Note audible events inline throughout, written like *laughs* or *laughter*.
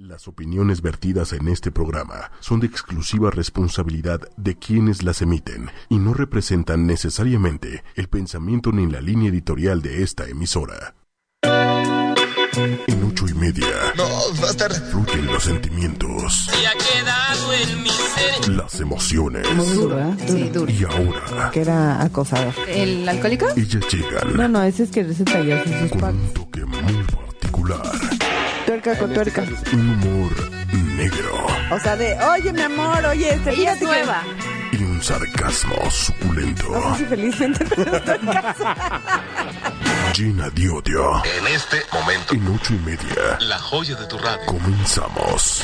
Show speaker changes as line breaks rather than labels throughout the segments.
Las opiniones vertidas en este programa son de exclusiva responsabilidad de quienes las emiten y no representan necesariamente el pensamiento ni la línea editorial de esta emisora. En ocho y media
No, va a estar.
fluyen los sentimientos,
Ya quedado en mi ser.
las emociones
Muy duro, ¿eh?
Sí, duro.
y ahora
Que era acosador.
¿El alcohólico?
ellas
No,
llegan
no, ese es que se talla sus sus
con
packs.
un toque muy particular,
Tuerca con tuerca.
un humor negro
O sea, de, oye, mi amor, oye, este,
Ella
fíjate
es
que- *laughs*
nueva.
y un sarcasmo suculento.
No sé si felizmente, pero estoy casada.
Gina Diodio,
En este momento,
en ocho y media
la joya de tu radio.
comenzamos.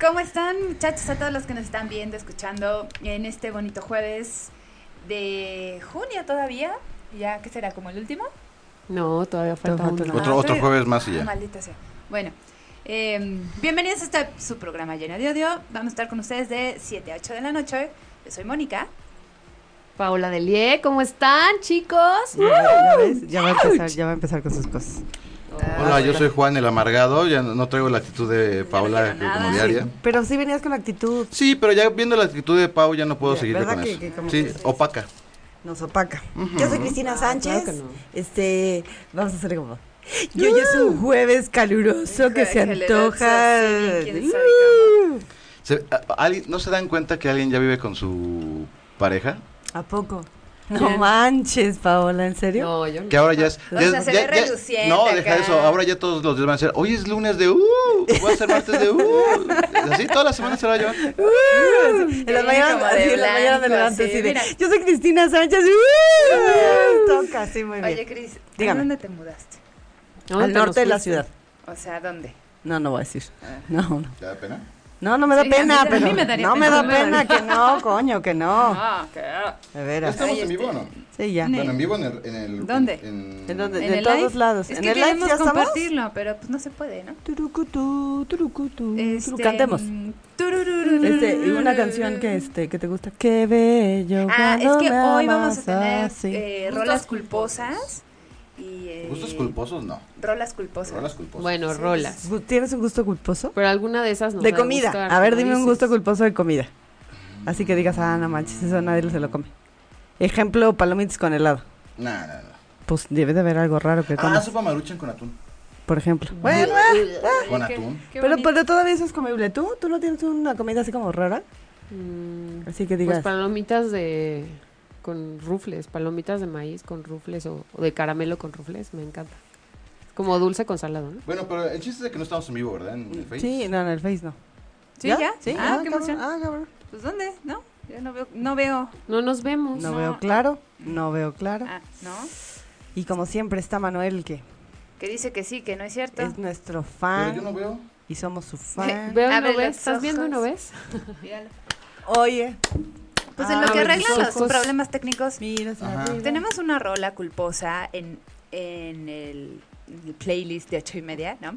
¿Cómo están, muchachos? A todos los que nos están viendo, escuchando en este bonito jueves de junio todavía. ¿Ya que será? ¿Como el último?
No, todavía falta
Todavía falta
uno.
Otro,
Ah,
otro
sí.
jueves más y ya.
Maldita sea. Bueno, eh, bienvenidos a este su programa lleno de odio. Vamos a estar con ustedes de 7 a 8 de la noche. Yo soy Mónica.
Paola Delie, ¿cómo están, chicos?
Ya ves, ya va a empezar, ya va a empezar con sus cosas.
Hola, yo soy Juan el Amargado. Ya no no traigo la actitud de
Ya
Paola
no quiero
como
nada.
diaria.
Pero sí venías con actitud,
Sí, pero ya viendo la actitud de Pau ya no puedo
Ya,
seguir
¿verdad
con
que-
eso.
que como
sí,
que-
opaca.
nos opaca. Yo soy Cristina Sánchez.
claro que no.
Este, vamos a hacer como. Yo ya es un jueves caluroso que se
Caluroso,
antoja.
sí, quién sabe cómo.
Se- a- a- alguien- ¿No se dan cuenta que alguien ya vive con su pareja?
¿A poco? No manches, Paola, ¿en serio?
No, yo no.
Que ahora ya es.
O
ya es-
sea, se
ya-
ve
ya-
reluciente
No, deja
acá.
eso. Ahora ya todos los días van a ser. Hoy es lunes de. Uh, voy a ser martes de. Uh. Así toda la semana se va a llevar.
En la
Sí,
mañana,
como de
así, en la mañana me
blanco,
levanto
así,
así de,
mira.
Yo soy Cristina Sánchez. uh, Toca, sí, muy bien.
Oye, Cris, ¿a
Dígame.
dónde te mudaste?
¿Dónde
Al
te nos
norte de la
fuiste?
ciudad.
O sea, ¿a dónde?
No, no voy a decir. No, no.
¿Te da pena?
No, no me da
Ah. Sí, a mí
pena,
también
pero.
me daría
no me
pena.
da pena, que no, coño, que no.
Ah, claro.
De veras.
¿Estamos
Ay,
en vivo o no?
Sí, ya.
Ne-
Bueno, en vivo en el. En el
¿Dónde?
En,
¿En dónde?
¿En
De
el
todos
live?
lados.
Es
¿En
que
el live
queremos
ya estamos?
compartirlo, pero pues no se puede, ¿no?
Turucutú, turucutú,
Este,
turu- Cantemos.
mm,
Este, y una canción que este que te gusta. Qué bello.
Ah, es
cuando
que
me
hoy vamos a
amas
tener
así.
eh, rolas culposas y eh,
¿Gustos culposos? No.
rolas culposas.
Rolas culposas.
Bueno, rolas.
Gu- ¿Tienes un gusto culposo?
Pero alguna de esas no.
De comida. a ver, dime un gusto culposo de comida. Así que digas, ah, no manches, eso nadie se lo come. Ejemplo, palomitas con helado.
Nah, nah, nah.
Pues debe de haber algo raro que
Ah,
comas,
sopa maruchan con atún.
por ejemplo. Bueno,
ah,
ah,
Con atún.
pero, pero todavía eso es comible. ¿Tú, ¿Tú no tienes una comida así como rara? Así que digas,
Pues palomitas de. con rufles. Palomitas de maíz con rufles o, o de caramelo con rufles. Me encanta. Como dulce con salado, ¿no?
Bueno, pero el chiste es de que no estamos en vivo, ¿verdad? En el Face.
sí, no, en el Face no.
¿Sí, ya?
Sí.
Ah, qué
cabrón,
emoción.
Ah, cabrón.
Pues ¿dónde? ¿No? Yo no veo no veo.
No nos vemos.
No,
Pues No.
veo claro, no veo claro.
Ah, ¿no?
Y como siempre está Manuel, que
Que dice que sí, que no es cierto.
es nuestro
Pero
fan
yo no veo.
y somos
*laughs*
su fan.
Veo y
Abre
no ves.
los
¿Estás viendo y no
ojos.
ves?
Míralo.
Oye,
Pues
Ah,
en lo que
abre tus
arreglan los
ojos.
problemas técnicos,
mira, se me
Ajá.
olvida.
tenemos una rola culposa en, en, el, en el playlist de ocho y media, ¿no?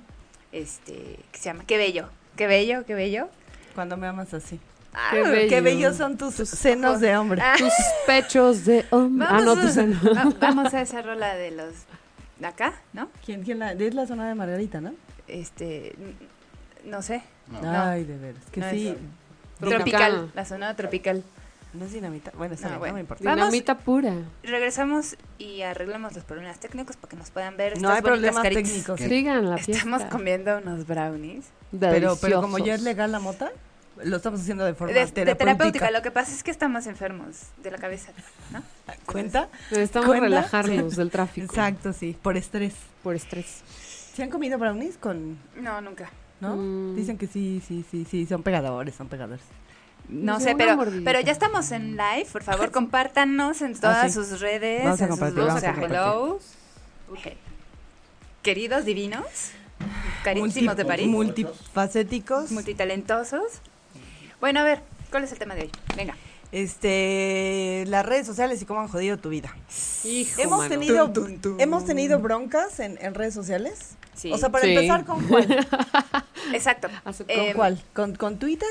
Este, que se llama Qué bello, qué bello, qué bello.
Cuando me amas así.
Ah,
Qué bello.
Qué bellos son tus, senos de hombre.
Ah,
Tus pechos de hombre. Ah, no,
vamos,
tus senos.
a, va- vamos a esa rola de los de acá, ¿no?
¿Quién, quién la, es la zona de Margarita, ¿no?
Este, n- no sé,
No.
Ay, de veras. Que
No es
sí.
eso.
Tropical.
tropical, la zona tropical.
No es dinamita. Bueno, está bien,
No, bueno.
no me importa.
Vamos.
Dinamita pura.
Regresamos y arreglamos los problemas técnicos para que nos puedan ver.
No
estas
hay
bonitas
problemas
caritas.
técnicos.
Sigan la fiesta.
Estamos comiendo unos brownies.
Pero, pero como ya es
Deliciosos.
legal la mota, lo estamos haciendo de forma
De, de
terapéutica.
terapéutica, lo que pasa es que estamos enfermos de la cabeza. ¿no?
¿Cuenta?
Necesitamos
¿Cuenta?
relajarnos del tráfico.
Exacto, sí. Por estrés.
Por estrés.
¿Se han comido brownies con...?
No, nunca.
¿No?
Mm.
Dicen que sí, sí, sí, sí. Son pegadores, son pegadores.
No
Sí,
sé,
una
pero,
mordidita.
pero ya estamos en live.
*laughs*
Por favor, compártanos en todas
Ah, sí.
sus redes.
Vamos a
en sus-
compartir,
o
vamos a
sea,
compartir.
hello. Ok. Queridos divinos, carísimos de
Multi-
París,
Multifacéticos.
multitalentosos. Bueno, a ver, ¿cuál es el tema de hoy? Venga.
Este, las redes sociales y cómo han jodido tu vida.
Hijo,
Hemos
mano.
tenido,
Tun, tun, tun.
hemos tenido broncas en, en redes sociales.
Sí.
O sea, para
Sí.
empezar con *laughs* cuál.
Exacto.
Hace-
Eh,
¿Con cuál? ¿Con, con Twitter?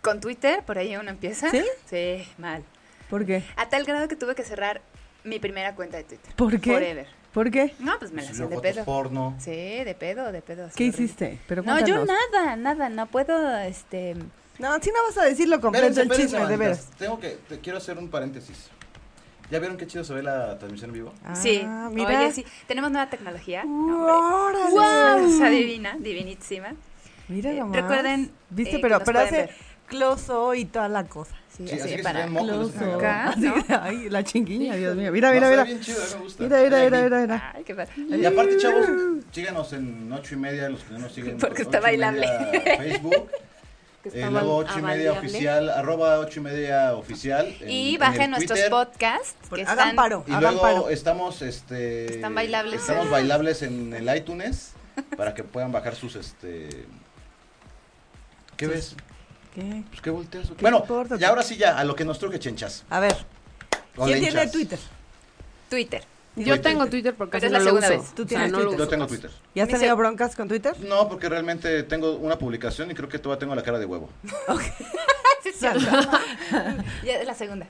Con Twitter, por ahí uno empieza.
¿Sí?
Sí, mal.
¿Por qué?
A tal grado que tuve que cerrar mi primera cuenta de Twitter.
¿Por qué?
Forever.
¿Por qué?
No, pues me la hacía de pedo.
porno.
Sí, de pedo, de pedo. así
¿Qué
horrible.
hiciste? Pero
No, yo
cuéntanos.
nada, nada, no puedo, este...
No, si no vas a decirlo completo
Espérense,
el
espérense,
chisme, de
manitas.
veras.
Tengo que, te quiero hacer un paréntesis. ¿Ya vieron qué chido se ve la transmisión en vivo?
sí,
Ah, mira.
oye, sí, tenemos nueva tecnología.
Uh, ¡Órale!
¡Wow! O sea, divina, divinísima.
Mira
Eh,
nomás.
recuerden,
Viste,
eh,
pero,
que nos
pero
pueden
hace
ver.
close y toda la cosa.
Sí,
Sí,
así,
así que
para...
se vean mocos.
Close
Close-o.
Acá,
*laughs*
¿no?
Ay, la chinguilla, Dios mío. Mira,
No,
mira,
se
mira.
ve bien chido, a mí me gusta.
Mira, mira,
Ay,
mira,
mi-
mira, mira.
Ay, qué padre.
Y aparte, chavos, síganos en ocho y media, los que no nos siguen.
Porque está
ocho y media
bailable. *laughs*
Facebook.
Que
eh,
está
luego
mal-
ocho y media
avaliable.
oficial, arroba ocho y media oficial. en- en
ah, Y
el
bajen nuestros
Twitter.
podcasts que
Hagan
están...
paro.
Y
Hagan
luego
paro.
estamos, este...
Están bailables.
Estamos bailables en el iTunes para que puedan bajar sus, este... ¿Qué ves?
¿Qué?
Pues qué volteas. o qué?
¿Qué
bueno,
importa?
y ahora sí ya, a lo que nos truje chenchas.
A ver,
O
¿quién tiene
lenchas.
Twitter?
Twitter.
Yo tengo Twitter porque
Pero
casi
es
no
la
lo
segunda
uso.
vez.
Tú
O sea,
tienes
no lo
Twitter.
Yo
uso
tengo
casi.
Twitter.
¿Ya has
Me
tenido
sé-
broncas con Twitter?
No, porque realmente tengo una publicación y creo que todavía tengo la cara de huevo.
Sí, es cierto. ya es la segunda.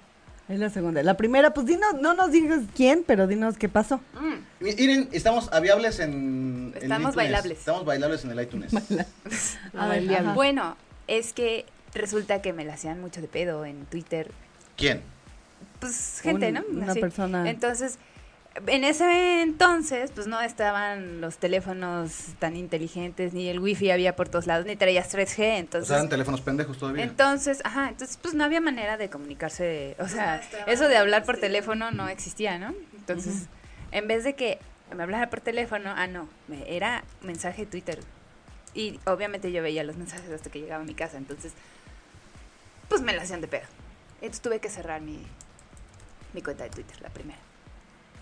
Es la segunda. La primera, pues dinos, no nos digas quién, pero dinos qué pasó.
Mi- Miren, estamos aviables en, en
Estamos
iTunes.
bailables.
Estamos bailables en el iTunes.
Avaliable.
Bueno, es que resulta que me la hacían mucho de pedo en Twitter.
¿Quién?
Pues gente,
Un-
¿no?
una
Así.
persona.
Entonces, en ese entonces, pues no estaban los teléfonos tan inteligentes, ni el wifi había por todos lados, ni traías 3G,
O
entonces...
sea, eran teléfonos pendejos todavía.
Entonces, ajá, entonces pues no había manera de comunicarse, o sea, eso de hablar por teléfono no existía, ¿no? Entonces, en vez de que me hablara por teléfono, ah, no, me- era mensaje de Twitter. Y obviamente yo veía los mensajes hasta que llegaba a mi casa, entonces, pues me la hacían de pedo. Entonces tuve que cerrar mi, mi cuenta de Twitter, la primera.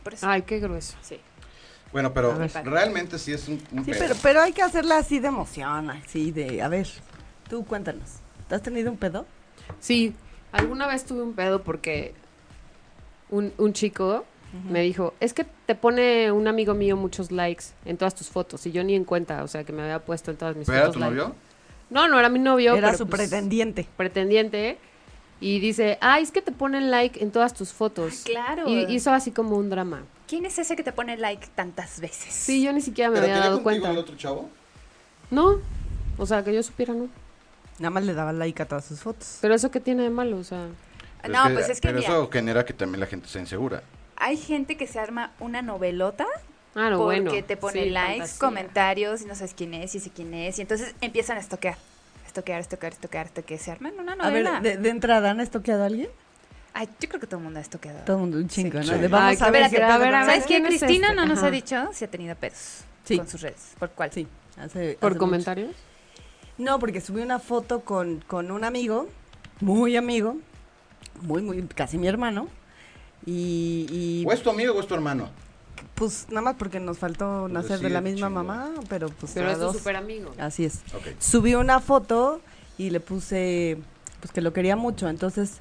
Por eso,
Ay, qué grueso.
sí.
Bueno, pero
A ver.
realmente sí es un, un
Sí,
pedo.
pero, pero hay que hacerla así de emoción, así de, a ver, tú cuéntanos. ¿Te has tenido un pedo?
Sí, alguna vez tuve un pedo porque un, un chico me dijo, es que te pone un amigo mío muchos likes en todas tus fotos y yo ni en cuenta, o sea, que me había puesto en todas mis
¿Pero era
fotos.
pues,
tu
like.
novio?
No, no era mi novio.
Era
pero,
su
pues,
pretendiente.
pretendiente. Y dice, ay, es que te ponen like en todas tus fotos.
Ay, Ah, claro.
Y hizo así como un drama.
¿Quién es ese que te pone like tantas veces?
Sí, yo ni siquiera me
¿Pero
había
tenía
dado
contigo
cuenta.
el otro chavo?
No, o sea, que yo supiera, no.
Nada más le daba like a todas sus fotos.
Pero eso que tiene de malo, o sea.
No, pues es que
Pero
mira,
eso genera que también la gente sea insegura.
hay gente que se arma una novelota
Ah, no,
porque
bueno.
te pone
sí,
likes,
fantasía.
comentarios y no sabes quién es y sé quién es. Y entonces empiezan a estoquear. Estoquear, estoquear, estoquear, estoquear. Se arman una
A
novela.
ver, de, de entrada, ¿han estoqueado a alguien?
Ay, yo creo que todo el mundo ha estoqueado.
Todo el mundo un chingo,
Sí.
¿no? De
Sí.
vamos
Ah,
Ay,
a
qué
ver,
vergüenza.
qué pedo
A ver,
con
a ver.
¿Sabes
¿Sabes
qué?
qué?
¿quién es
Cristina
este?
no nos
Ajá.
ha dicho si ha tenido pedos
Sí.
con sus redes. ¿Por cuál?
Sí, hace-
¿Por
hace
comentarios?
No, porque subí una foto con, con un amigo, muy amigo, muy, muy, casi mi hermano. Y, y,
¿O es tu amigo o es tu hermano?
pues nada más porque nos faltó
Pues
nacer
sí,
de la misma
chingo.
mamá, pero pues
Pero
a
es tu
dos.
super amigo.
Así es.
Ok.
Subí una foto y le puse, pues que lo quería mucho. Entonces,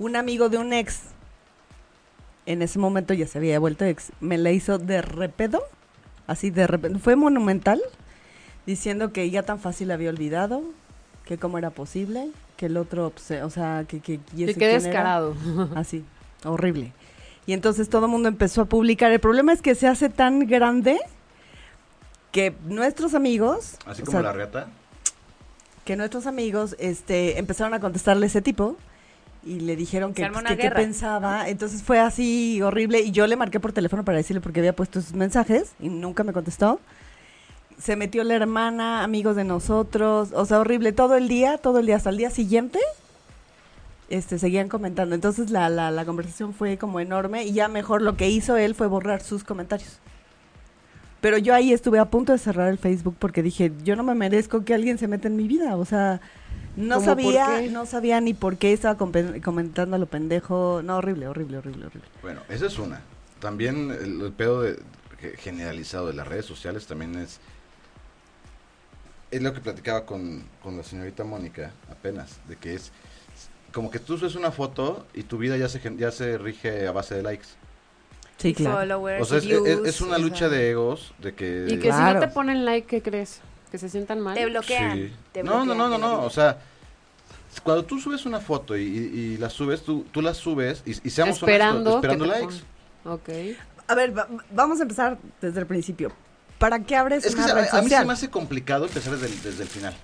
un amigo de un ex, en ese momento ya se había vuelto ex, me la hizo de repedo, así de repente, fue monumental, diciendo que ya tan fácil la había olvidado, que cómo era posible, que el otro, pues, o sea, que... que y
Que
ese
qué
quién era. *laughs*
descarado.
Así, horrible. Y entonces todo el mundo empezó a publicar. El problema es que se hace tan grande que nuestros amigos,
Así
o
como
sea,
la reata.
que nuestros amigos este, empezaron a contestarle a ese tipo y le dijeron
Se
que,
armó
pues,
una
que qué
guerra.
pensaba. Entonces fue así horrible y yo le marqué por teléfono para decirle porque había puesto sus mensajes y nunca me contestó. Se metió la hermana, amigos de nosotros, o sea, horrible. Todo el día, todo el día, hasta el día siguiente, este, seguían comentando. Entonces la, la, la conversación fue como enorme y ya mejor lo que hizo él fue borrar sus comentarios. Pero yo ahí estuve a punto de cerrar el Facebook porque dije, yo no me merezco que alguien se meta en mi vida. O sea, no
¿Cómo por
sabía,
qué?
no sabía ni por qué estaba compen- comentando a lo pendejo. No, horrible, horrible, horrible, horrible.
Bueno, esa es una. También el, el pedo de- ge- generalizado de las redes sociales también es... Es lo que platicaba con, con la señorita Mónica apenas, de que es como que tú subes una foto y tu vida ya se, gen- ya se rige a base de likes.
Sí, claro.
Followers,
O sea, es, es-
views,
es una
o sea,
lucha de egos, de que...
Y que si
Claro.
no te ponen like, ¿qué crees? ¿Que se sientan mal?
Te bloquean.
Sí.
te
no, no,
bloquean
no, no,
de la
no,
vida.
o sea, cuando tú subes una foto y, y- y la subes, tú, tú la subes y, y seamos honestos,
esperando. que
esperando
te
likes.
pongan. Ok.
A ver, va- vamos a empezar desde el principio. ¿Para qué abres
Es que
una
se-
red
a, a mí se
social?
me hace complicado empezar desde el, desde el final.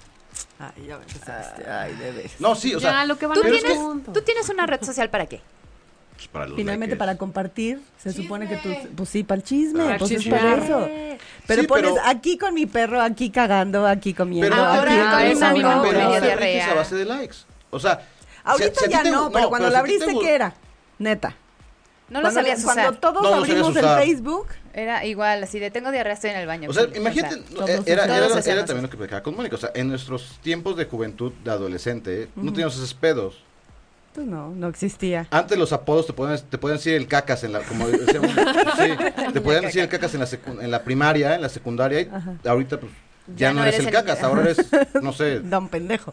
Ay, ya me empezaste. Ay, de veras.
No, sí, o sea,
ya, lo que van
¿Tú
a
tienes, tú tienes una red social para qué?
pues, para los
Finalmente
likes.
para compartir, se supone que tú, pues sí, para el chisme,
Para el
pues
Ah, chisme.
es para eso. Pero
Sí,
pones
pero-
aquí con mi perro, aquí cagando, aquí comiendo,
Pero-
aquí
Ahora
con
comiendo.
esa
Pero
no,
ahora
media
te riges
diarrea.
a base de likes. O sea,
Ahorita
si a- si a
ya
ti te-
no, pero cuando
si
la
a ti te
abriste,
gu-
¿qué era? Neta.
No lo
cuando,
sabías
cuando
usar.
todos
No lo sabías
abrimos el
usar.
Facebook,
Era igual, así de tengo diarrea, estoy en el baño.
O sea,
Pues,
imagínate,
o
no,
todos
eh, era,
hacemos
era,
eso.
era también lo que platicaba con Mónica. O sea, en nuestros tiempos de juventud, de adolescente, no teníamos esos pedos.
pues no, no existía.
Antes los apodos te pueden, te pueden decir el cacas en la, como decíamos, sí, te podían decir el cacas en la, secu- en la primaria, en la secundaria, y ahorita pues ya, no eres el cacas, ahora eres, no sé,
Don
*laughs*
pendejo.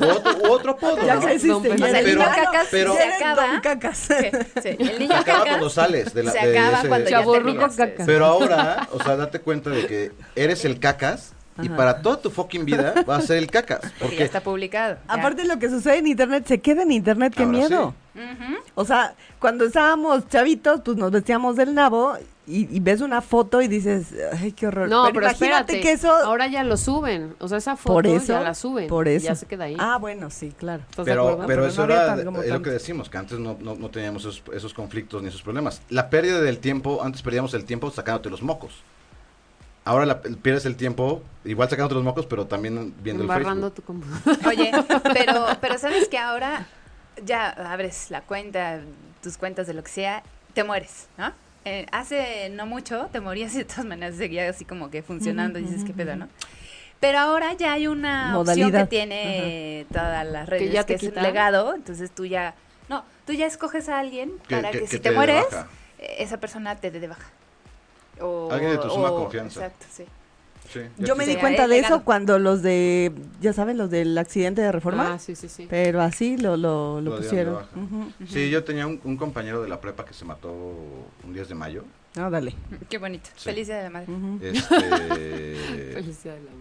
u otro, u otro apodo,
Ya
¿no?
no
Se
Don
existe.
pendejo.
ya
O sea, el
eres-
Pero-
niño cacas
pero-
se
ya eres
acaba.
don cacas.
Sí, sí, El niño
acaba
cacas
cuando sales de la
se
de
acaba
ese-
cuando ya
Chavorruco
terminaste.
caca.
Pero ahora, o sea, date cuenta de que eres el cacas y
Ajá.
para toda tu fucking vida va a ser el cacas.
Porque ya
Porque
está publicado. ya.
Aparte lo que sucede en internet, se queda en internet, qué
Ahora
miedo. O sea, cuando estábamos chavitos, pues nos vestíamos del nabo y, y ves una foto y dices, ay, qué horror.
No, pero,
imagínate
espérate.
que eso...
Ahora ya lo suben. O sea, esa foto
por eso,
ya la suben.
Por
y
eso.
ya se queda ahí.
Ah, bueno, sí, claro.
¿Estás de
Pero,
acuerdo?
pero
Pero
eso
no había
era
tan- como
es lo
tanto.
que decimos, que antes no, no, no teníamos esos, esos conflictos ni esos problemas. La pérdida del tiempo, antes perdíamos el tiempo sacándote los mocos. Ahora la- pierdes el tiempo, igual sacándote los mocos, pero también viendo el
Embarrando
Facebook.
tu computadora.
*laughs* Oye, pero, pero sabes que ahora ya abres la cuenta, tus cuentas de lo que sea, te mueres, ¿no? Eh, hace no mucho te morías y de todas maneras seguía así como que funcionando y dices, qué pedo, ¿no? Pero ahora ya hay una opción
Modalidad.
que tiene todas las redes, que,
ya te
es
quita.
un legado, entonces tú ya, no, tú ya escoges a alguien
Que-
para
que-
que,
que
si
te
te,
dé de
mueres,
baja.
eh, esa persona te dé de baja. O-
Alguien de tu suma
o-
confianza.
Exacto, sí.
Sí, ya
Yo me
te-
di
Sí,
cuenta
ahí
de
llegando.
eso cuando los de, ya saben, los del accidente de reforma,
Ah, sí, sí, sí.
pero así lo, lo, lo
Lo dieron de
pusieron.
baja.
Ujú.
Sí, yo tenía un, un compañero de la prepa que se mató un 10 de mayo.
No, dale.
Qué bonito.
Sí.
Feliz Día de la Madre.
Ujú.
Este,
Felicidad del amor.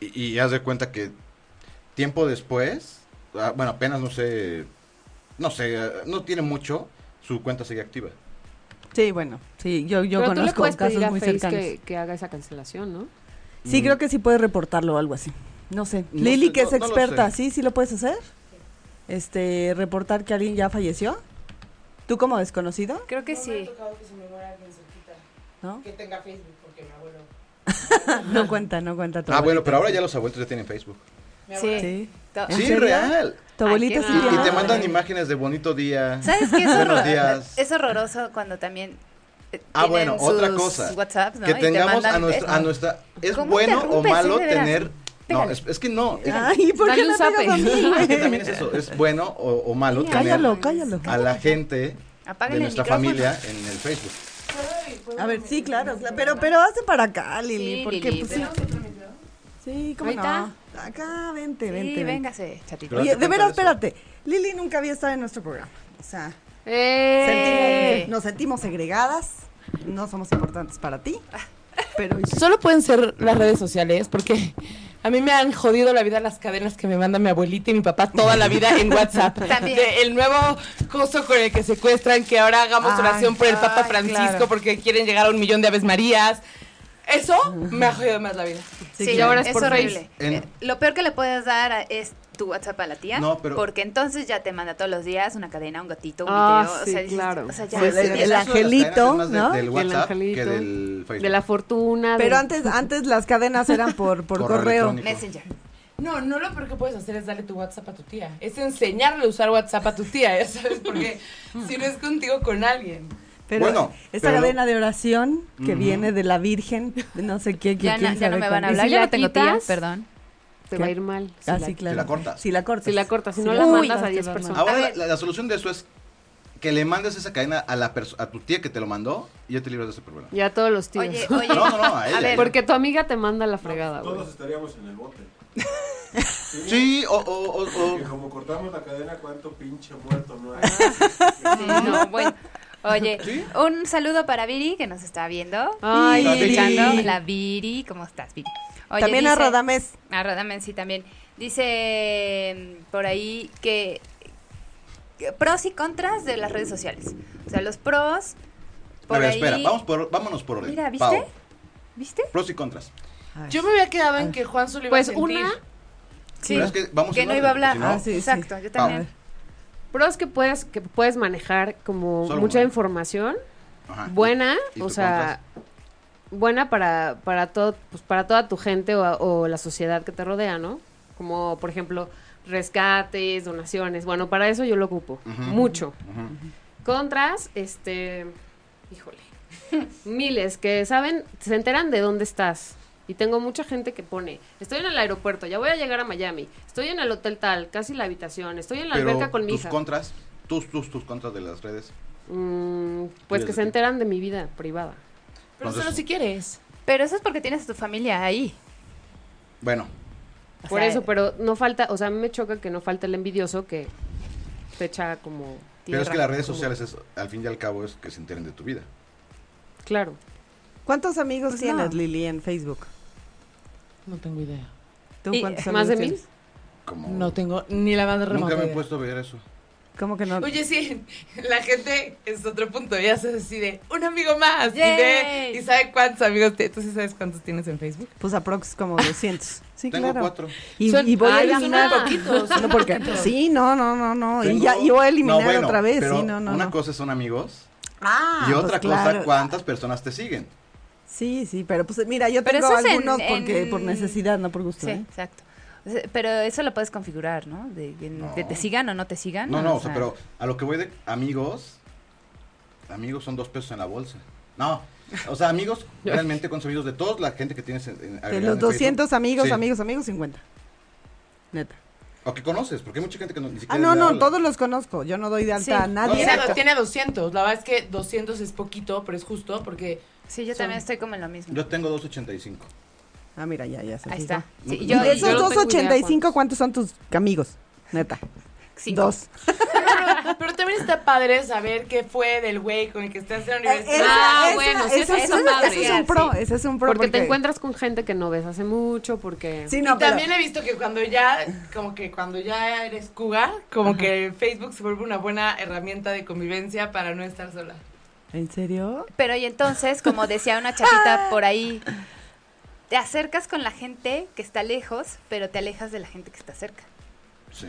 y, y haz de cuenta que tiempo después, ah, bueno, apenas no sé, no sé, ah, no tiene mucho, su cuenta sigue activa.
Sí, bueno, sí, yo, yo
pero tú le
conozco
puedes
casos
pedir a
muy
Face
cercanos.
que, que haga esa cancelación, ¿no?
Sí, creo que sí puedes reportarlo o algo así. No sé.
Mm. No
Lili,
sé,
que
no-
es
no lo
experta,
sé.
¿sí? ¿Sí lo puedes hacer? Este, reportar que alguien ya falleció. ¿Tú como desconocido?
Creo que sí.
¿No? Que tenga Facebook, porque mi abuelo. *laughs* no cuenta, no cuenta tu
Ah, bueno,
abuelita.
pero ahora ya los abuelos ya tienen Facebook.
Sí.
Sí.
To-
¿En
Sí,
serio?
real.
Tu abuelita
Ay, qué
sí
Y, y
Ah.
te
tiene.
mandan imágenes de bonito día.
¿Sabes qué es
Buenos
horror-
días.
Es horroroso cuando también eh,
Ah,
tienen
bueno, otra
sus
cosa.
WhatsApps, ¿no?
Que
Y te
tengamos
mandan,
a, nuestra, a
eh,
nuestra... ¿Es
¿Cómo
bueno o
interrumpes? Sí,
malo
de veras.
tener... No,
Pégale.
es, es que no. Es,
Ay, ¿por
Dale
qué
un
no pegas
zape.
a mí?
*laughs* es *laughs* que también es eso. ¿Es bueno o, o malo
Cállalo,
tener
cállalo.
a la gente de
Apáguenle el
nuestra
micrófono.
familia en el Facebook?
*laughs* A ver, sí, claro, claro, pero pero hazte para acá, Lili,
Sí,
porque
Lili,
pues sí.
pero-
Sí, cómo
Ahí
no.
está.
Acá, vente,
Sí,
vente. vente.
véngase, chatito.
Pero
Oye,
date
de
cuenta
veras,
de
espérate.
eso.
Lili nunca había estado en nuestro programa. O sea,
¡Eh!
Sentimos- nos sentimos segregadas, no somos importantes para ti, pero
Solo pueden ser las redes sociales, porque a mí me han jodido la vida las cadenas que me manda mi abuelita y mi papá toda la vida
*laughs*
en WhatsApp.
También.
De el nuevo coso con el que secuestran, que ahora hagamos
Ay,
oración por el Papa
ay,
Francisco
claro.
porque quieren llegar a un millón de Aves Marías. Eso me ha jodido más la vida.
Sí,
y ahora es
es,
por
horrible.
En-
Eh, Lo peor que le puedes dar a- es tu WhatsApp a la tía.
No, pero-
Porque entonces ya te manda todos los días una cadena, un gatito, un
Ah,
video.
sí,
o sea, dices,
claro.
o sea, ya.
Pues,
sí,
el-
Eso
ya-
de las
angelito,
cadenas es más de-
¿no?
Del
Del
WhatsApp que
angelito.
del Facebook.
De la fortuna.
Pero
de-
antes antes las cadenas eran por por
Correo
correo.
electrónico.
Messenger.
No, no lo peor que puedes hacer es darle tu WhatsApp a tu tía. Es enseñarle a usar WhatsApp a tu tía, ya *laughs* sabes, porque si no es contigo, con alguien.
Pero
Bueno,
esta
pero-
cadena de oración que viene de la Virgen, no sé qué, que
Ya,
quién
no, ya no
sabe
me van
cuándo.
a hablar.
si
yo
la
no tengo tía,
quitas?
perdón.
Te
¿Qué?
va a ir mal. si
Ah,
la-
sí, claro.
la cortas.
Si la cortas.
Si la cortas, si
Sí.
no la
Uy,
mandas a
te
10
va mal.
personas.
Ahora
A
la-
ver.
la, la solución de eso es que le mandes esa cadena a la perso- a tu tía que te lo mandó y ya te libras de ese problema.
Ya todos los tíos.
Oye, oye.
No, no, no, a
*laughs*
ella.
ver,
Porque tu amiga te manda la fregada, güey.
Todos estaríamos en el bote.
Sí, o, o, o- o-
Porque como cortamos la cadena, cuánto pinche muerto no hay.
Sí, *laughs* no, bueno. Oye, un saludo para Viri que nos está viendo.
Ay,
y
Viri.
escuchando. La Viri, ¿cómo estás, Viri? Oye,
También a
dice-
Radamés.
A Radamés, sí, también. Dice mm, por ahí que, que pros y contras de las redes sociales. O sea, los pros, Por
a ver,
ahí-
espera, vamos por, vámonos por orden.
Mira, ¿viste?
Pau,
¿Viste?
pros y contras.
Yo me había quedado en que Juan solo iba
Pues
a sentir.
una,
Sí.
Pero es que vamos
Que
en
no
orden,
iba a hablar.
si no-
Ah, sí, sí.
Exacto, yo también.
pros que puedes, que puedes manejar como
Solo
mucha
una.
información.
Ajá.
buena,
¿Y
o
tú
sea, buena para, para, todo, pues, para toda tu gente o, o la sociedad que te rodea, ¿no? Como, por ejemplo, rescates, donaciones. Bueno, para eso yo lo ocupo,
Ujú.
mucho.
Ujú.
Contras, este, híjole, *laughs* miles que saben, se enteran de dónde estás. Y tengo mucha gente que pone, estoy en el aeropuerto, ya voy a llegar a Miami, estoy en el hotel tal, casi la habitación, estoy en la alberca
Pero
con mi
tus
hija.
contras, tus, tus, tus contras de las redes.
Mm, pues que
Cuídate.
se enteran de mi vida privada.
Pero
Entonces-
solo si quieres.
Pero eso es porque tienes a tu familia ahí.
Bueno,
O
Por
sea,
eso, pero no falta, o sea, a mí me choca que no falta el envidioso que te echa como
pero es
tierra,
que las redes
como-
sociales, es, al fin y al cabo, es que se enteren de tu vida.
Claro.
¿Cuántos amigos
Pues
tienes,
no.
Lili, en Facebook?
No tengo idea.
¿Tú
Y,
cuántos
eh,
¿Más de
amigos
mil?
tienes?
Como
No tengo ni la más remota.
Nunca me he
idea.
puesto a ver eso.
¿Cómo que no?
Oye, sí, *laughs* la gente es otro punto, ya se decide, un amigo más, y ve,
Yay.
y sabe cuántos amigos, te, tú sí sabes cuántos tienes en Facebook.
Pues aprox como 200. Sí,
Tengo
claro.
cuatro.
Y,
Son-
y voy a
Ay, son
eliminar.
muy
poquitos, son
No, porque,
poquitos.
sí, no, no, no, no. Y,
Tengo-
ya, y voy a eliminar
No, bueno,
otra vez.
pero
Sí, no, no.
Una
no.
cosa son amigos
Ah,
y
pues
otra
claro.
cosa cuántas personas te siguen.
Sí, sí, pero pues mira, yo
Pero
tengo
eso es en-
algunos porque,
en-
por necesidad, no por gusto.
Sí,
¿eh?
exacto. O sea, Pero eso lo puedes configurar, ¿no? De, de-
No.
que te sigan o no te sigan.
Ah, No, no, o sea, pero a lo que voy de amigos, amigos son dos pesos en la bolsa. No, o sea, *laughs* amigos realmente concebidos de todos la gente que tienes en, en-
De
agregada en
los
Facebook.
200 amigos,
Sí.
amigos, amigos, 50. Neta.
O que conoces, porque hay mucha gente que no, ni siquiera.
Ah, no,
le
no,
habla.
todos los conozco. Yo no doy de alta
Sí.
a nadie.
Ah, Tiene,
Exacto.
tiene 200, la verdad es que 200 es poquito, pero es justo, porque
Sí, yo
Son-
también estoy como en lo mismo.
Yo tengo 285.
Ah, mira, ya, ya se
Ahí
fijó.
está. Sí,
Y
Y
yo,
de
yo
esos
no
yo-
tengo idea
285,
cuántos.
¿cuántos son tus amigos? Neta.
cinco.
Dos.
pero, pero también está padre saber qué fue del güey con el que estás en la
Eh,
universidad.
Ah, bueno, sí,
ese
eso
es
está
un-
padre.
ese es un pro,
Sí.
ese es un pro.
Porque, te encuentras con gente que no ves hace mucho, porque...
Sí,
Y
no, pero-
también he visto que cuando ya, como que cuando ya eres cuba, como que Facebook se vuelve una buena herramienta de convivencia para no estar sola.
¿En serio?
Pero y entonces, como decía una chapita por ahí, te acercas con la gente que está lejos, pero te alejas de la gente que está cerca.
Sí.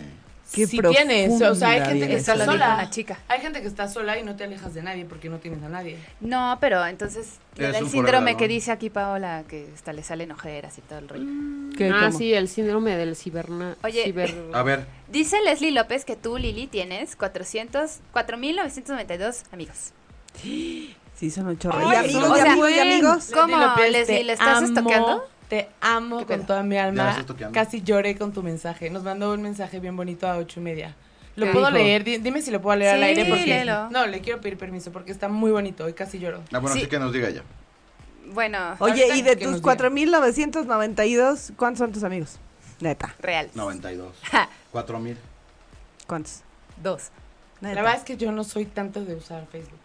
Qué
si tienes, o sea,
profunda
hay gente que
viene
está
Eso lo dijo
sola.
una chica.
Hay gente que está sola y no te alejas de nadie porque no tienes a nadie.
No, pero entonces le
Es
da el
un
síndrome
problema,
que
¿no?
dice aquí Paola, que hasta le salen ojeras y todo el rollo.
¿Qué,
ah,
cómo?
sí, el síndrome del ciberna...
Oye,
ciber-
*laughs* A ver,
Dice Leslie López que tú, Lili, tienes 400, 4.992 amigos.
Sí, son un chorro.
Ay,
y amigos,
o
y
sea,
amigos, y amigos.
¿Cómo,
Leslie López,
Leslie?
te
¿Le estás estoqueando?
Te
¿Qué
amo
pedo?
con toda mi
Ya me
alma.
estás toqueando.
Casi lloré con tu mensaje. Nos mandó un mensaje bien bonito a ocho y media. ¿Lo
¿Qué
puedo
dijo?
leer? Di- Dime si lo puedo leer al
Sí,
aire. Porque...
léelo.
No, le quiero pedir permiso porque está muy bonito. Hoy casi lloro.
ah, bueno,
Sí.
así que nos
*laughs*
diga ya.
Bueno,
Oye,
Ahorita
y de
que
tus
nos
4.992, ¿cuántos son tus amigos? Neta.
real.
*laughs*
92.
Ja,
4000.
¿Cuántos?
Dos.
La
Neta.
verdad es que yo no soy tanto de usar Facebook.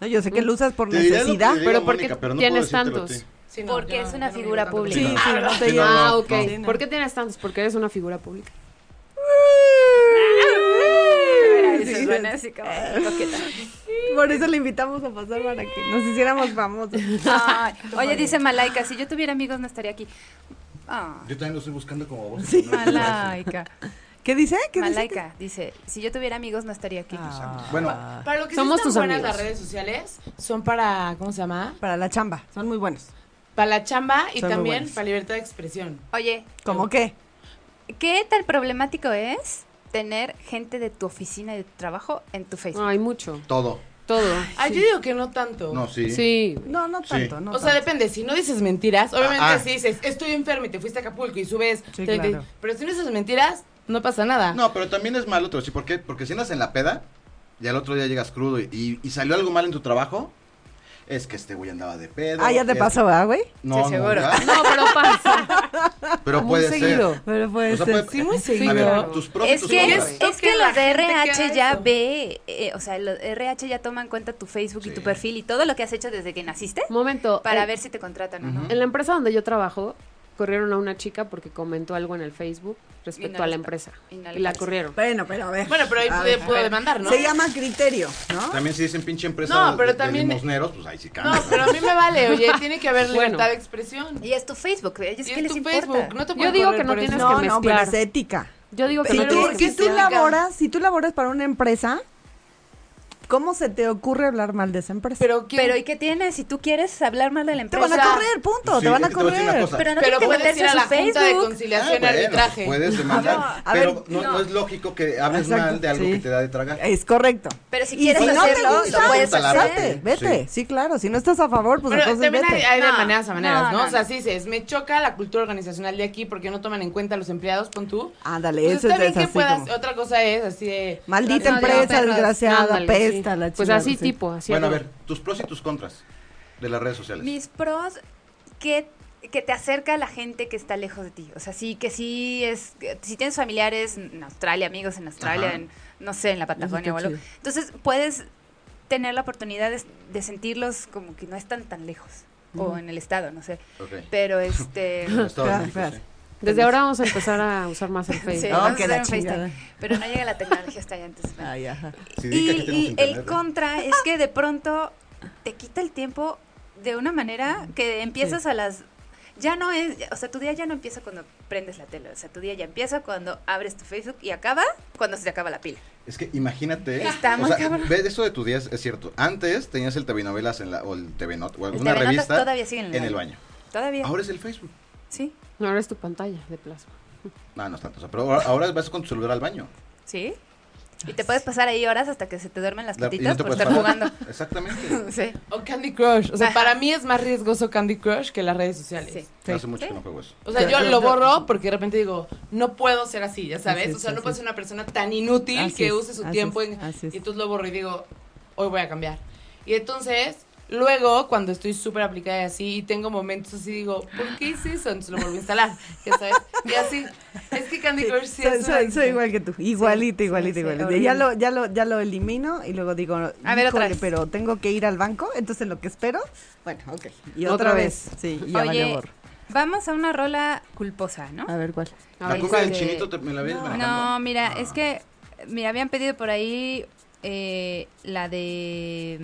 No, yo sé que lo usas por
Te diré lo que
necesidad.
te digo,
pero ¿por
Mónica,
qué
pero no puedo
tienes
decírtelo a ti.
tantos?
Sí, no,
Porque
yo
es
no-
una
yo no me
figura
digo tanto.
pública.
Sí,
no,
sí, no te
sí, no,
llevo.
Ah,
no.
ok.
Sí, no.
¿Por qué tienes tantos? Porque eres una figura *laughs* pública.
Ay,
Sí.
se suena así como coqueta.
Por eso le invitamos a pasar para que nos hiciéramos famosos.
Ay, Oye, dice Malaika, si yo tuviera amigos no estaría aquí.
*laughs*
Ah,
Yo también lo estoy buscando como vos.
Malaika.
¿Qué dice? Ah, ¿Qué dice?
Malaika dice, si yo tuviera amigos no estaría aquí.
Bueno,
Para lo que
Somos
Somos
tus
buenas
amigos.
las redes sociales, son para, ¿cómo se llama?
Para la chamba, son muy buenos.
Para la chamba y
Son muy
también
buenos.
para libertad de expresión.
Oye,
¿Cómo qué?
¿qué tan problemático es tener gente de tu oficina y de tu trabajo en tu Facebook?
Ay, mucho.
todo.
Todo.
Ah, yo digo que no tanto.
No, sí.
Sí.
No, no
Sí.
tanto, no
o sea,
tanto.
depende, si no dices mentiras, obviamente
Ah, ah.
si dices, estoy enfermo y te fuiste a Acapulco y subes,
Sí,
te- te-
claro.
pero si no dices mentiras, no pasa nada.
No, pero también es malo, te voy a decir por qué. Porque si andas en la peda y al otro día llegas crudo y, y- y salió algo mal en tu trabajo, es que este güey andaba de pedo.
Ah, ya te
es-
pasó, ¿verdad, güey?
No,
Sí,
no,
seguro.
¿verdad?
No, pero pasa. *laughs*
*laughs*
Pero
Muy
puede
seguido.
ser.
Pero puede
O sea,
ser.
puede-
Sí, muy
A
seguido.
ver, tus pros y
Es
tus
que,
contras.
es-
es que
la
los de
gente que haga
RH ya
eso.
ve, eh, o sea, los de RH ya toman en cuenta tu Facebook y
Sí.
tu perfil y todo lo que has hecho desde que naciste
Momento.
para
eh,
ver si te contratan o no.
Ujú.
En la empresa donde yo trabajo, corrieron a una chica porque comentó algo en el Facebook respecto a la empresa. Y
Inalcanzable.
la corrieron.
Bueno, pero a ver.
Bueno, pero ahí
A
pude-
ver.
puedo demandar, ¿no?
Se llama criterio, ¿no?
También si dicen pinche empresa
No,
de-
pero
de
también-
limosneros, pues ahí sí cambia.
No, pero a mí me vale,
*laughs*
oye, tiene que haber
Bueno.
libertad de expresión.
Y es tu Facebook, ¿eh? ellos
Y
qué
es
les
tu
importa.
Facebook, no te
Yo
pueden
digo
correr
que no
por eso.
tienes
No,
No,
que
no, pero
mezclar.
es ética.
Yo digo que
Si
Pero
tú,
tiene
es
que
si tú
ser legal.
laboras, si tú laboras para una empresa, ¿cómo se te ocurre hablar mal de esa empresa?
Pero, ¿quién-
Pero ¿y qué tiene si tú quieres hablar mal de
te
la empresa?
van a
o sea,
correr, punto,
Sí,
te van a
es que voy decir una
correr.
cosa.
Pero no
pero
tienes que
puedes
meterse
ir
a
a
su
la Junta de
Facebook.
Ah,
Conciliación y
bueno,
Arbitraje.
Puedes demandar,
No, a
pero
ver,
no,
no.
no es lógico que hables
Exacto,
mal de algo
sí.
que te da de tragar.
Es correcto.
Pero si
Y
quieres
si no te
hacerlo,
gusta,
lo puedes
pues,
hacer.
adelante.
vete, vete.
Sí.
Sí. claro, si no estás a favor, pues
Pero
entonces
también hay,
vete.
hay de
No,
maneras a maneras,
no,
¿no?
no,
O sea,
no.
sí dices, me choca la cultura organizacional de aquí porque no toman en cuenta a los empleados, pon tú.
Ándale,
Pues
eso
está
es,
bien
es
que
así
puedas,
como,
otra cosa es así de...
Maldita
No, no,
empresa,
perros.
desgraciada,
Ándale, sí.
pesta, la
Pues
chingada,
así
sí.
tipo, así.
Bueno, a
algo.
ver, tus pros y tus contras de las redes sociales.
Mis pros, que, que te acerca a la gente que está lejos de ti. O sea, sí, que sí es. que Si tienes familiares en Australia, amigos en Australia,
Ajá.
en, no sé, en la Patagonia o
está
algo. Entonces puedes tener la oportunidad de, de sentirlos como que no están tan lejos. O en el estado, no sé.
Ok.
Pero este.
En Estados
Espera,
Unidos, ¿eh?
espera.
sí.
Desde ahora vamos a empezar a usar más el
sí,
Facebook.
No,
vamos a
que
hacer
la
un FaceTime.
chingada.
Pero no llega la tecnología hasta allá antes. bueno.
Ay, ajá.
Sí, di que aquí
Y,
tenemos
y
internet,
el
¿eh?
contra es que de pronto te quita el tiempo de una manera que empiezas a las... Ya no es, o sea, tu día ya no empieza cuando prendes la tele, o sea, tu día ya empieza cuando abres tu Facebook y acaba cuando se te acaba la pila.
Es que imagínate.
Está
o
muy
sea,
cabrón.
ve, eso de tu días es cierto. Antes tenías el telenovelas en la, o el TV Not, o alguna
TV Nota
revista
todavía sigue en el
en el
baño.
baño.
Todavía.
Ahora es el Facebook.
Sí,
No, ahora es tu pantalla de plasma.
No, no es tanto. o sea, pero ahora, ahora vas con tu celular al baño.
sí. Y te puedes pasar ahí horas hasta que se te duermen las
Ah, La- y
patitas
no te
por
puedes
estar
parar. *laughs*
jugando.
Exactamente.
*laughs* Sí,
O Candy Crush. O sea,
Ajá.
para mí es más riesgoso Candy Crush que las redes sociales.
sí.
Hace mucho que no juego eso.
O sea, yo lo borro porque de repente digo, no puedo ser así, ya sabes.
Así es,
o sea, no
así
puedo
es.
ser una persona tan inútil
Así
que
es,
use su
así
tiempo.
es,
en-
así es.
Y entonces lo borro y digo, hoy voy a cambiar. Y entonces, luego, cuando estoy súper aplicada y así, y tengo momentos así, digo, ¿por qué hice eso? Entonces lo vuelvo a instalar, ya sabes. Y así, es que Candy Crush sí
soy,
es
soy-
una-
soy igual que tú, igualito,
sí,
igualito,
sí,
igualito.
horrible.
Ya lo, ya lo, ya lo elimino y luego digo,
A ver, otra
"Híjole,
vez".
pero tengo que ir al banco, entonces lo que espero, bueno, ok. Y otra,
Otra
vez. sí, y ya
Oye,
valió gorro.
Vamos a una rola culposa, ¿no?
A ver cuál.
La
Ay,
cumbia del
sí.
chinito te- me la ves
No,
manejando.
mira, es que mira, habían pedido por ahí eh, la de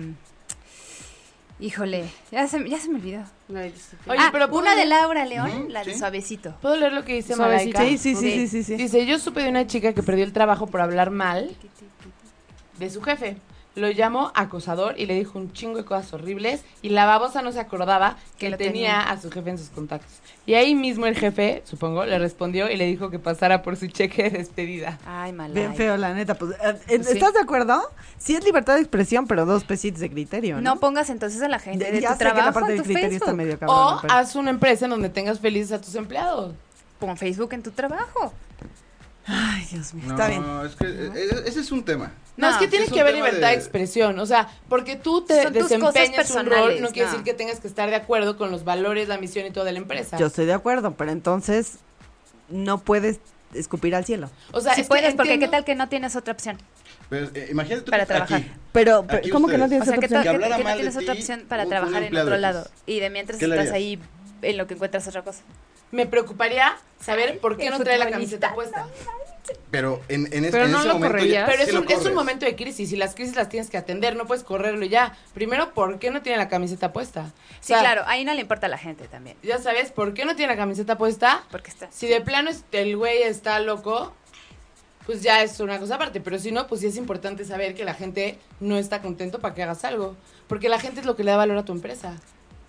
Híjole, ya se, ya se me olvidó.
Oye,
Ah,
pero
una
¿puedo-
de Laura León,
Ujú,
la de
sí.
Suavecito.
¿Puedo leer lo que dice
Suavecito.
Malaika?
Sí, sí, sí, sí, sí, sí.
Dice, yo supe de una chica que perdió el trabajo por hablar mal de su jefe. Lo llamó acosador y le dijo un chingo de cosas horribles y la babosa no se acordaba
Que
que,
lo
tenía,
tenía.
a su jefe en sus contactos. Y ahí mismo el jefe, supongo, le respondió y le dijo que pasara por su cheque de despedida.
Ay, mala.
Bien feo, la neta. Pues, eh, eh,
Sí.
¿Estás de acuerdo? Sí es libertad de expresión, pero dos pesitos de criterio,
No
¿no?
pongas entonces a la gente de,
ya
tu
sé que la
trabajo
parte
en
del
tu
criterio
Facebook.
está medio
o
cabrón. pero-
haz una empresa en donde tengas felices a tus empleados.
Pon Facebook en tu trabajo.
Ay, Dios mío, está bien.
No, es que eh, eh, ese es un tema.
No,
No,
es que tiene
es un
que haber
tema
libertad de...
de-
expresión. O sea, porque tú te
Son tus
desempeñas
cosas
un rol,
personales,
no quiere
no.
decir que tengas que estar de acuerdo con los valores, la misión y todo de la empresa.
Yo estoy de acuerdo, pero entonces no puedes escupir al cielo.
O sea,
si
es que
puedes, porque qué
entiendo-
tal que no tienes otra opción.
Pero, eh, imagínate tú
Para
aquí,
trabajar.
Pero,
Aquí
¿cómo que no tienes
ustedes.
O sea,
otra
que, tal
opción?
Que
que,
hablara
que no
mal de
tienes otra
ti
opción para
un- un
trabajar en
empleado
otro
X.
lado y de mientras
¿Qué le
estás
harías?
ahí en lo que encuentras otra cosa.
Me preocuparía saber por qué
el
no trae la
futbolista.
camiseta puesta.
Pero en, en, es-
Pero
en
no
ese
lo
momento.
correrías.
Pero
sí
es
lo
un, es un
corres.
momento de crisis y las crisis las tienes que atender, no puedes correrlo ya. Primero, ¿por qué no tiene la camiseta puesta? O
Sí,
sea,
claro, ahí no le importa a la gente también.
Ya sabes, ¿por qué no tiene la camiseta puesta?
Porque está.
Si de plano es- el güey está loco, pues ya es una cosa aparte. Pero si no, pues sí es importante saber que la gente no está contento para que hagas algo. Porque la gente es lo que le da valor a tu empresa.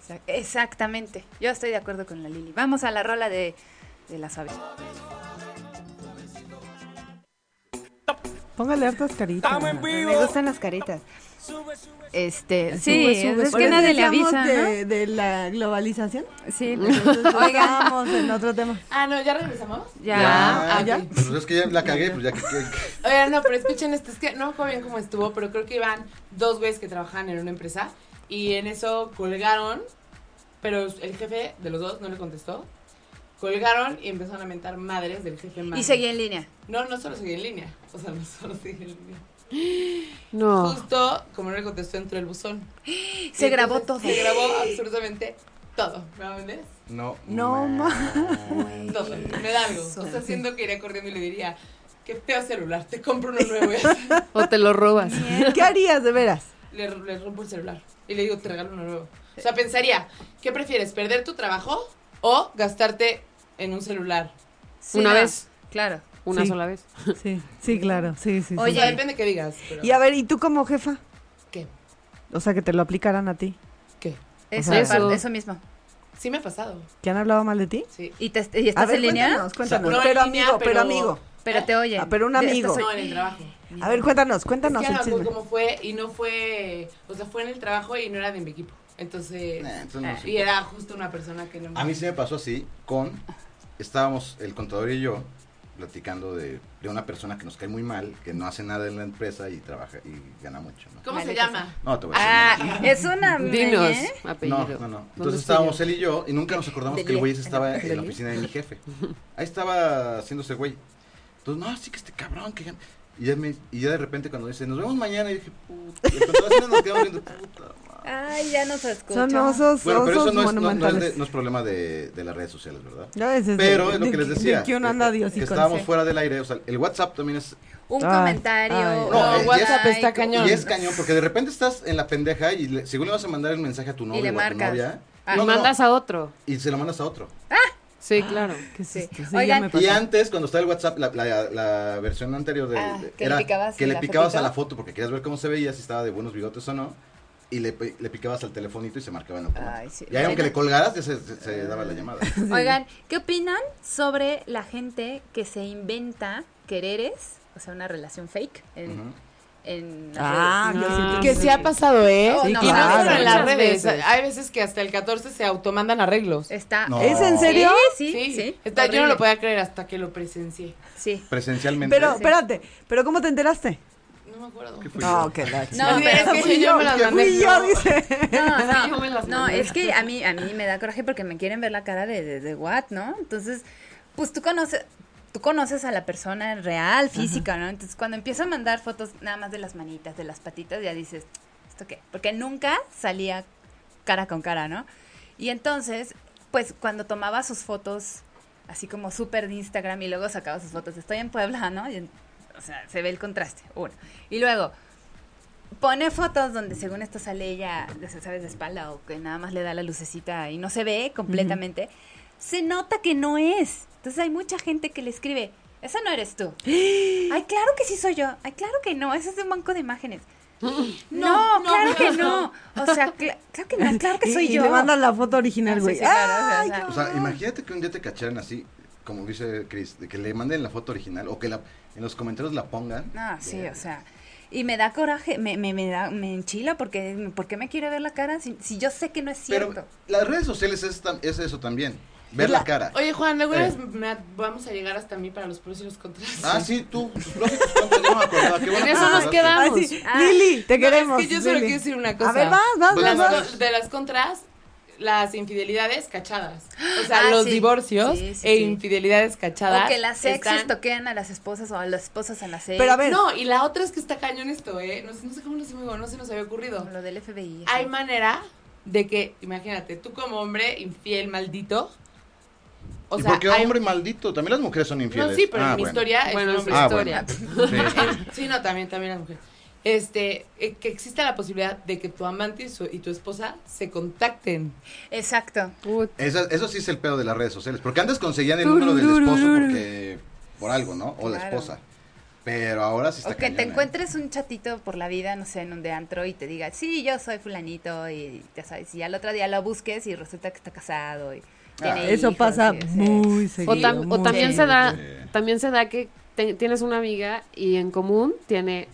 Exact- Exactamente. Yo estoy de acuerdo con la Lili. Vamos a la rola de, de las aves.
Póngale hartas caritas.
Ah,
vivo.
gustan las caritas.
Este,
Sube,
sí,
sube,
es
sube.
que nadie le
Decíamos
avisa,
de, de la globalización.
¿no? Sí. *laughs*
pues,
Oigan,
Oigamos en otro tema.
Ah, no, ya regresamos.
ya.
Ah,
Ah, ya.
Pues es que ya la cagué, pues ya que. que- que-
Oigan, no, pero escuchen esto, es que no me acuerdo bien cómo estuvo, pero creo que iban dos güeyes que trabajaban en una empresa y en eso colgaron, pero el jefe de los dos no le contestó. Colgaron y empezaron a mentar madres del jefe madre.
Y seguí en línea.
No, no solo seguí en línea. O sea, no solo seguí en línea.
No.
Justo como no le contestó, entró el buzón.
Se
Y
grabó
entonces
todo.
Se grabó absolutamente todo. ¿Me entiendes?
No,
No,
manches.
Todo. Me da algo. O sea, siento que iría corriendo y le diría, qué feo celular, te compro uno
*laughs*
nuevo. y así.
O te lo robas.
¿Qué harías de veras?
le, le rompo el celular y le digo, te regalo uno nuevo. O sea, pensaría, ¿qué prefieres? ¿Perder tu trabajo o gastarte en un celular?
Sí,
Una
no,
vez.
Claro.
Una
Sí.
sola vez.
Sí, sí, claro, sí, sí. sí.
O sea,
Oye,
depende que digas. pero-
Y a ver, ¿y tú como jefa?
¿Qué?
O sea, que te lo aplicaran a ti.
¿Qué?
eso,
Ajá.
aparte,
Eso.
eso mismo.
Sí me ha pasado,
¿Que han hablado mal de ti?
sí.
¿Y, te- y
A
estás
ver,
en línea?
cuéntanos, cuéntanos.
No en
pero
línea,
amigo, pero,
pero-
amigo.
Pero te oyen.
Ah, pero un
De-
amigo.
estás-
No, en el trabajo.
A ver, cuéntanos, cuéntanos
es que
el
ahora me
chisme.
acuerdo cómo fue y no fue, o sea, fue en el trabajo y no era de mi equipo. Entonces,
Nah, Eh, entonces no sé.
y era justo una persona que no me...
A mí sí me pasó así con, estábamos el contador y yo platicando de, de una persona que nos cae muy mal, que no hace nada en la empresa y trabaja y gana mucho. ¿no?
¿Cómo se
Maldita
llama?
No, te voy a decir.
Ah, es una.
Dinos,
¿eh?
No,
apellido.
no, no.
Ah, ¿Dónde
Entonces estábamos
estudió?
él y yo y nunca nos acordamos
Del
que el
día.
güey ese estaba en
¿Del
la
día?
oficina de mi jefe. Ahí estaba haciéndose güey. Entonces, no, sí que este cabrón que gana. Y ya, me, y ya de repente cuando dice, nos vemos mañana, y dije, puta. Y entonces así nos quedamos viendo, puta madre.
Ay, ya nos escucha.
Son osos,
Bueno, pero eso
osos
no es, no- no es de-
monumentales.
no es problema de, de las redes sociales, ¿verdad?
No, ese es
Pero
de-
es lo
de
que les decía.
De que uno anda
que-
Dios y
que
con
estábamos
C.
fuera del aire. O sea, el WhatsApp también es.
Un
Ay,
comentario.
ay,
un
No,
like,
WhatsApp
está cañón.
Y es cañón, porque de repente estás en la pendeja y le- según le vas a mandar el mensaje a tu novio
le
o a tu
marcas.
novia.
Ah.
Y
no, no, no,
mandas a otro.
y se lo mandas a otro.
Sí, claro.
¿Qué es
Sí.
esto? Sí, ya
Oigan,
me
Y
pasó.
antes, cuando estaba el WhatsApp, la, la- la versión anterior de,
Ah,
de-
que le picabas
que
en
le
la
picabas
fotito.
a la foto porque querías ver cómo se veía, si estaba de buenos bigotes o no. Y le, pe- le picabas al telefonito y se marcaba en automático.
Ay, sí.
Y ahí, aunque
Bueno.
le colgaras, ya se, se- se daba
*laughs*
la llamada.
Oigan, ¿qué opinan sobre la gente que se inventa quereres? O sea, una relación fake en,
Ujú.
en las
Ah,
redes?
yo sí.
Que sí ha pasado, ¿eh?
Oh,
y
no,
no
claro.
solo en las
Muchas
redes.
veces.
Hay veces que hasta el 14 se automandan arreglos.
Está.
No.
¿Es en
¿Sí?
serio?
Sí, sí, sí.
Está- yo no
horrible.
lo podía creer hasta que lo presencié.
Sí.
Presencialmente.
Pero, espérate, ¿pero cómo te enteraste?
No me acuerdo.
¿qué fui yo?
No, que la
No,
Sí,
pero
es que
Fui
yo me las mandé.
fui yo,
*laughs*
dice.
No,
yo me
no,
las
no,
mandé.
es que a mí, a mí me da coraje porque me quieren ver la cara de, de, de what, ¿no? Entonces, pues tú conoces, tú conoces a la persona real, física, ¿no? Entonces, cuando empiezo a mandar fotos nada más de las manitas, de las patitas, ya dices, ¿esto qué? Porque nunca salía cara con cara, ¿no? Y entonces, pues cuando tomaba sus fotos, así como súper de Instagram, y luego sacaba sus fotos, estoy en Puebla, ¿no? Y en- o sea, se ve el contraste, uno. Y luego, pone fotos donde según esto sale ella, ya sabes, de espalda o que nada más le da la lucecita y no se ve completamente, se nota que no es. Entonces hay mucha gente que le escribe, esa no eres tú. Ay, claro que sí soy yo. Ay, claro que no, ese es de un banco de imágenes. No,
no,
claro
no,
que no. O sea, cla- claro que no, claro
*laughs*
que
Y-
soy
y
yo.
le mandan la foto
Ah, sí,
original, güey. Ah,
sí, claro, o sea,
¡Ay,
o sea,
O sea, imagínate que un día te cacharan así, como dice Chris, de que le manden la foto original o que la, en los comentarios la pongan.
Ah,
No, sí, o sea. Y me da coraje, me, me, me, da, me enchila porque ¿por qué me quiere ver la cara si, si yo sé que no es
Pero
cierto.
las redes sociales es, tam- es eso también. Ver la, cara.
Oye, Juan, ¿alguna
Eh.
vez me at- vamos a llegar hasta mí para los pros y los contras?
Ah, sí, tú. tus pros y tus contras, yo no me acordaba, qué bueno
En
que
eso
me
nos
acordaste.
Ay,
quedamos.
Ah, sí.
Ah.
Lili, te
No,
queremos.
Es que yo solo
Lili.
quiero decir una cosa.
A ver, vas, vas,
De
vas,
*laughs* las,
Vamos.
vas.
con- de las contras, las infidelidades cachadas. O sea,
Ah,
los
sí.
divorcios
Sí, sí,
e
sí.
infidelidades cachadas.
O que las exes
están-
toquean a las esposas o a las esposas a las ex.
Pero a ver,
No, y la otra es que está cañón esto, ¿eh? No sé, no sé cómo lo hicimos, no se nos había ocurrido.
Como lo del FBI.
Hay
así.
manera de que, imagínate, tú como hombre infiel, maldito. O
¿Y
sea,
por qué
hay-
hombre maldito? También las mujeres son infieles.
No, sí, pero
Ah,
en mi
bueno.
historia es
Bueno,
un
es
hombre.
una
Ah,
historia.
Sí.
Sí, no, también, también las mujeres. Este, eh, que exista la posibilidad de que tu amante y, su- y tu esposa se contacten.
Exacto.
Puta.
Eso, eso sí es el pedo de las redes sociales. Porque antes conseguían el número del esposo porque por algo, ¿no? O la
Claro.
esposa. Pero ahora
O
sí está
que
cañón,
te
¿eh?
encuentres un chatito por la vida, no sé, en un de antro y te diga, sí, yo soy fulanito y ya sabes, y al otro día lo busques y resulta que está casado y tiene
eso
hijos,
pasa
y así.
muy seguido.
O, tam- o
muy
también se
seguido.
da,
Sí.
también se da que te- tienes una amiga y en común tiene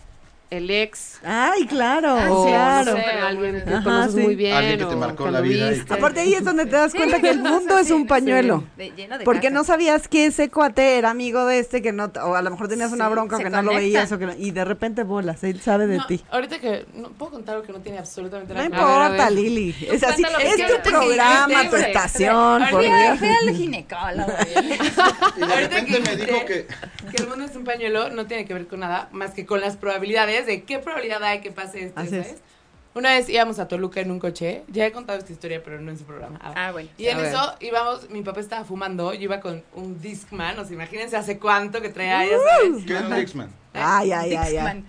el ex
Ay, claro,
Ah,
o
sí,
claro.
no sé, alguien que
Ajá,
conoces
sí.
muy bien
Alguien que te
o
marcó
que
la
lo
vida y
viste.
que-
Aparte ahí es donde te das
Sí,
cuenta que el
*laughs* no,
mundo
sí,
es un
sí,
pañuelo.
de- lleno de
Porque
caca.
no sabías que ese cuate era amigo de este que no, o a lo mejor tenías una
Sí,
bronca
se
que no lo
conectan.
veías o que no- y de repente bolas, él sabe de
No,
ti.
Ahorita que no puedo contar algo que no tiene absolutamente
No
nada que
A ver,
importa,
a ver.
Lili. Es así,
cuéntalo,
es
que
tu
ahorita que
programa,
dijiste,
tu
güey.
estación, por
Fui
Dios.
al- fui al ginecólogo.
Y de
Ahorita
repente
que
me dijo que.
dijiste- que el mundo es un pañuelo no tiene que ver con nada más que con las probabilidades de qué probabilidad hay que pase esto,
Así
¿sabes?
es.
Una vez íbamos a Toluca en un coche. Ya he contado esta historia, pero no en su programa. Ah, va.
Ah, bueno.
Y en
A ver.
eso íbamos, mi papá estaba fumando, yo iba con un Discman, o sea, imagínense hace cuánto que traía, ya sabes.
¿Qué es un Dixman?
*laughs* Ay, ay, ay, ay.
Dixman.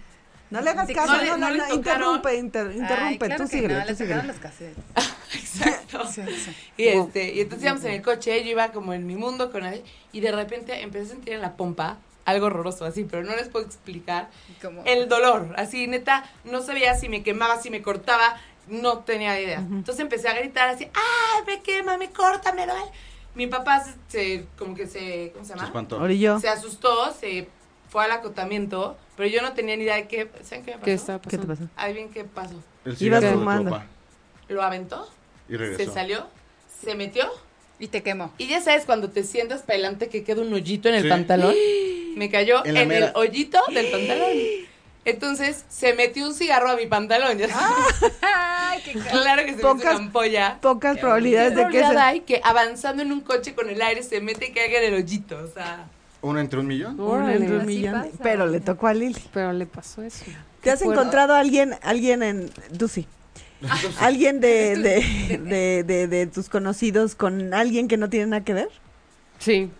No le hagas
Dix-
caso,
no le-
no, no,
no le
no,
tocaron.
interrumpe, inter-
Ay,
interrumpe,
claro
tú
que
sigue,
no,
tú
le sacaron
síguele.
los cassettes.
*laughs*
Exacto.
Sí, sí.
Y, este, y entonces íbamos en el coche, yo iba como en mi mundo con él, y de repente empecé a sentir en la pompa algo horroroso, así, pero no les puedo explicar
Como-
el dolor. Así, neta, no sabía si me quemaba, si me cortaba, no tenía idea. Entonces empecé a gritar así, ¡ay, me quema, me corta, me duele! Mi papá se, se- como que se, ¿cómo se
Se
¿Ah?
llama?
espantó.
Orillo,
Se asustó, se fue al acotamiento, pero yo no tenía ni idea de qué, ¿saben qué me pasó?
¿Qué está
¿qué te
pasando?
pasa?
Adivinen qué pasó.
El cigarro de tu
fumando.
papá.
Lo aventó,
Y
se
regresó.
salió, se metió,
Y te quemó.
y ya sabes cuando te sientas para adelante que queda un hoyito en el
Sí.
*gasps* pantalón. Me cayó
En
en,
la mera.
el hoyito del pantalón. Entonces se metió un cigarro a mi pantalón. ya sabes.
Ay, qué ca-
*laughs* claro que se me hizo
Pocas-
una ampolla.
Pocas probabilidades de que
Probabilidad
se...
hay que avanzando en un coche con el aire se mete y caiga en el hoyito. O sea,
¿Uno entre un millón?
Órale,
Un
así
millón,
pasa.
pero le tocó a Lili.
Pero le pasó eso.
¿Te has encontrado a alguien, alguien en Dusi? ¿Alguien de, de, de, de- de tus conocidos con alguien que no tiene nada que ver?
Sí.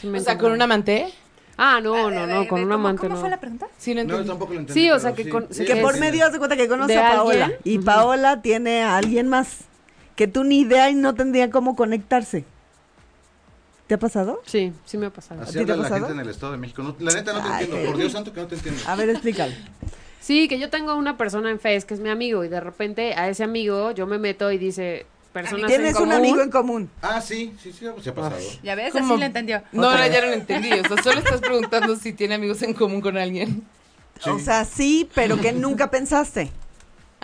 Sí me
o sea, con
encontré.
un amante.
Ah, no,
A
no,
ver,
no, con
¿cómo-
un amante
¿Cómo
no.
fue la pregunta?
Sí, no
No,
entendí.
tampoco lo entendí.
Sí, o
pero
sea, que con-
Que por
Es-
medio haz de cuenta que conoce
¿De
a Paola.
alguien?
Y
Ujú.
Paola tiene a alguien más que tú ni idea y no tendría cómo conectarse. ¿Te ha pasado?
Sí, sí me ha pasado.
¿A
Así
ti te ha
habla la
pasado?
gente en el Estado de México. No- la neta no te
Ay, Ah.
entiendo.
pero-
Por Dios santo que no te entiendo.
A
*laughs*
ver, explícalo.
Sí, que yo tengo una persona en Face que es mi amigo y de repente a ese amigo yo me meto y dice personas
Tienes
en común.
un amigo en común.
Ah, sí, sí, sí, pues se ha pasado.
Ya ves,
¿Cómo?
así lo entendió.
No, no, ya no lo entendí. O sea, solo estás preguntando si tiene amigos en común con alguien.
Sí.
O sea, sí, pero
*laughs*
que nunca pensaste.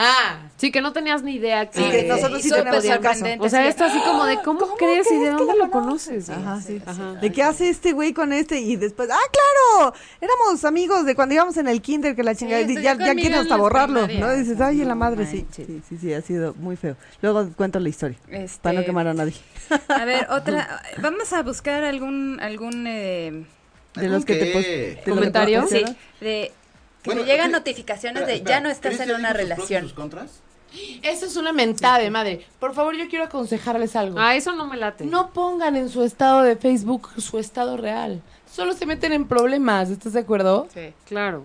Ah,
Sí, que no tenías ni idea que,
Sí, que nosotros sí
Súper
tenemos el caso.
sorprendente,
O sea,
así
esto así como de ¡Ah! ¿cómo, crees y de dónde lo conoces?
Ajá, sí.
Ajá.
¿De qué hace este güey con este? Y después, ¡ah, claro! Éramos amigos de cuando íbamos en el kinder, que la chingada.
estoy
ya
yo
ya
conmigo
quieren
en
hasta
la
borrarlo,
primaria.
¿no? Dices, ¡ay, en la
No
madre! Sí,
manches.
sí, sí, sí, ha sido muy feo. Luego cuento la historia.
Este,
Para no quemar a nadie.
A ver, otra. Vamos a buscar algún. algún eh,
De los que te pos-
¿Qué?
de los que
¿Comentario?
te
sí,
pusieron.
de. Que
Bueno,
te llegan
Cris-
notificaciones
espera,
de
espera,
ya no estás
¿Cris
en
ya
una
dijo sus pros y
relación.
sus contras?
eso es una mentada de madre. Por favor, yo quiero aconsejarles algo.
Ah, eso no me late.
No pongan en su estado de Facebook su estado real. Solo se meten en problemas, ¿estás de acuerdo?
Sí,
Claro.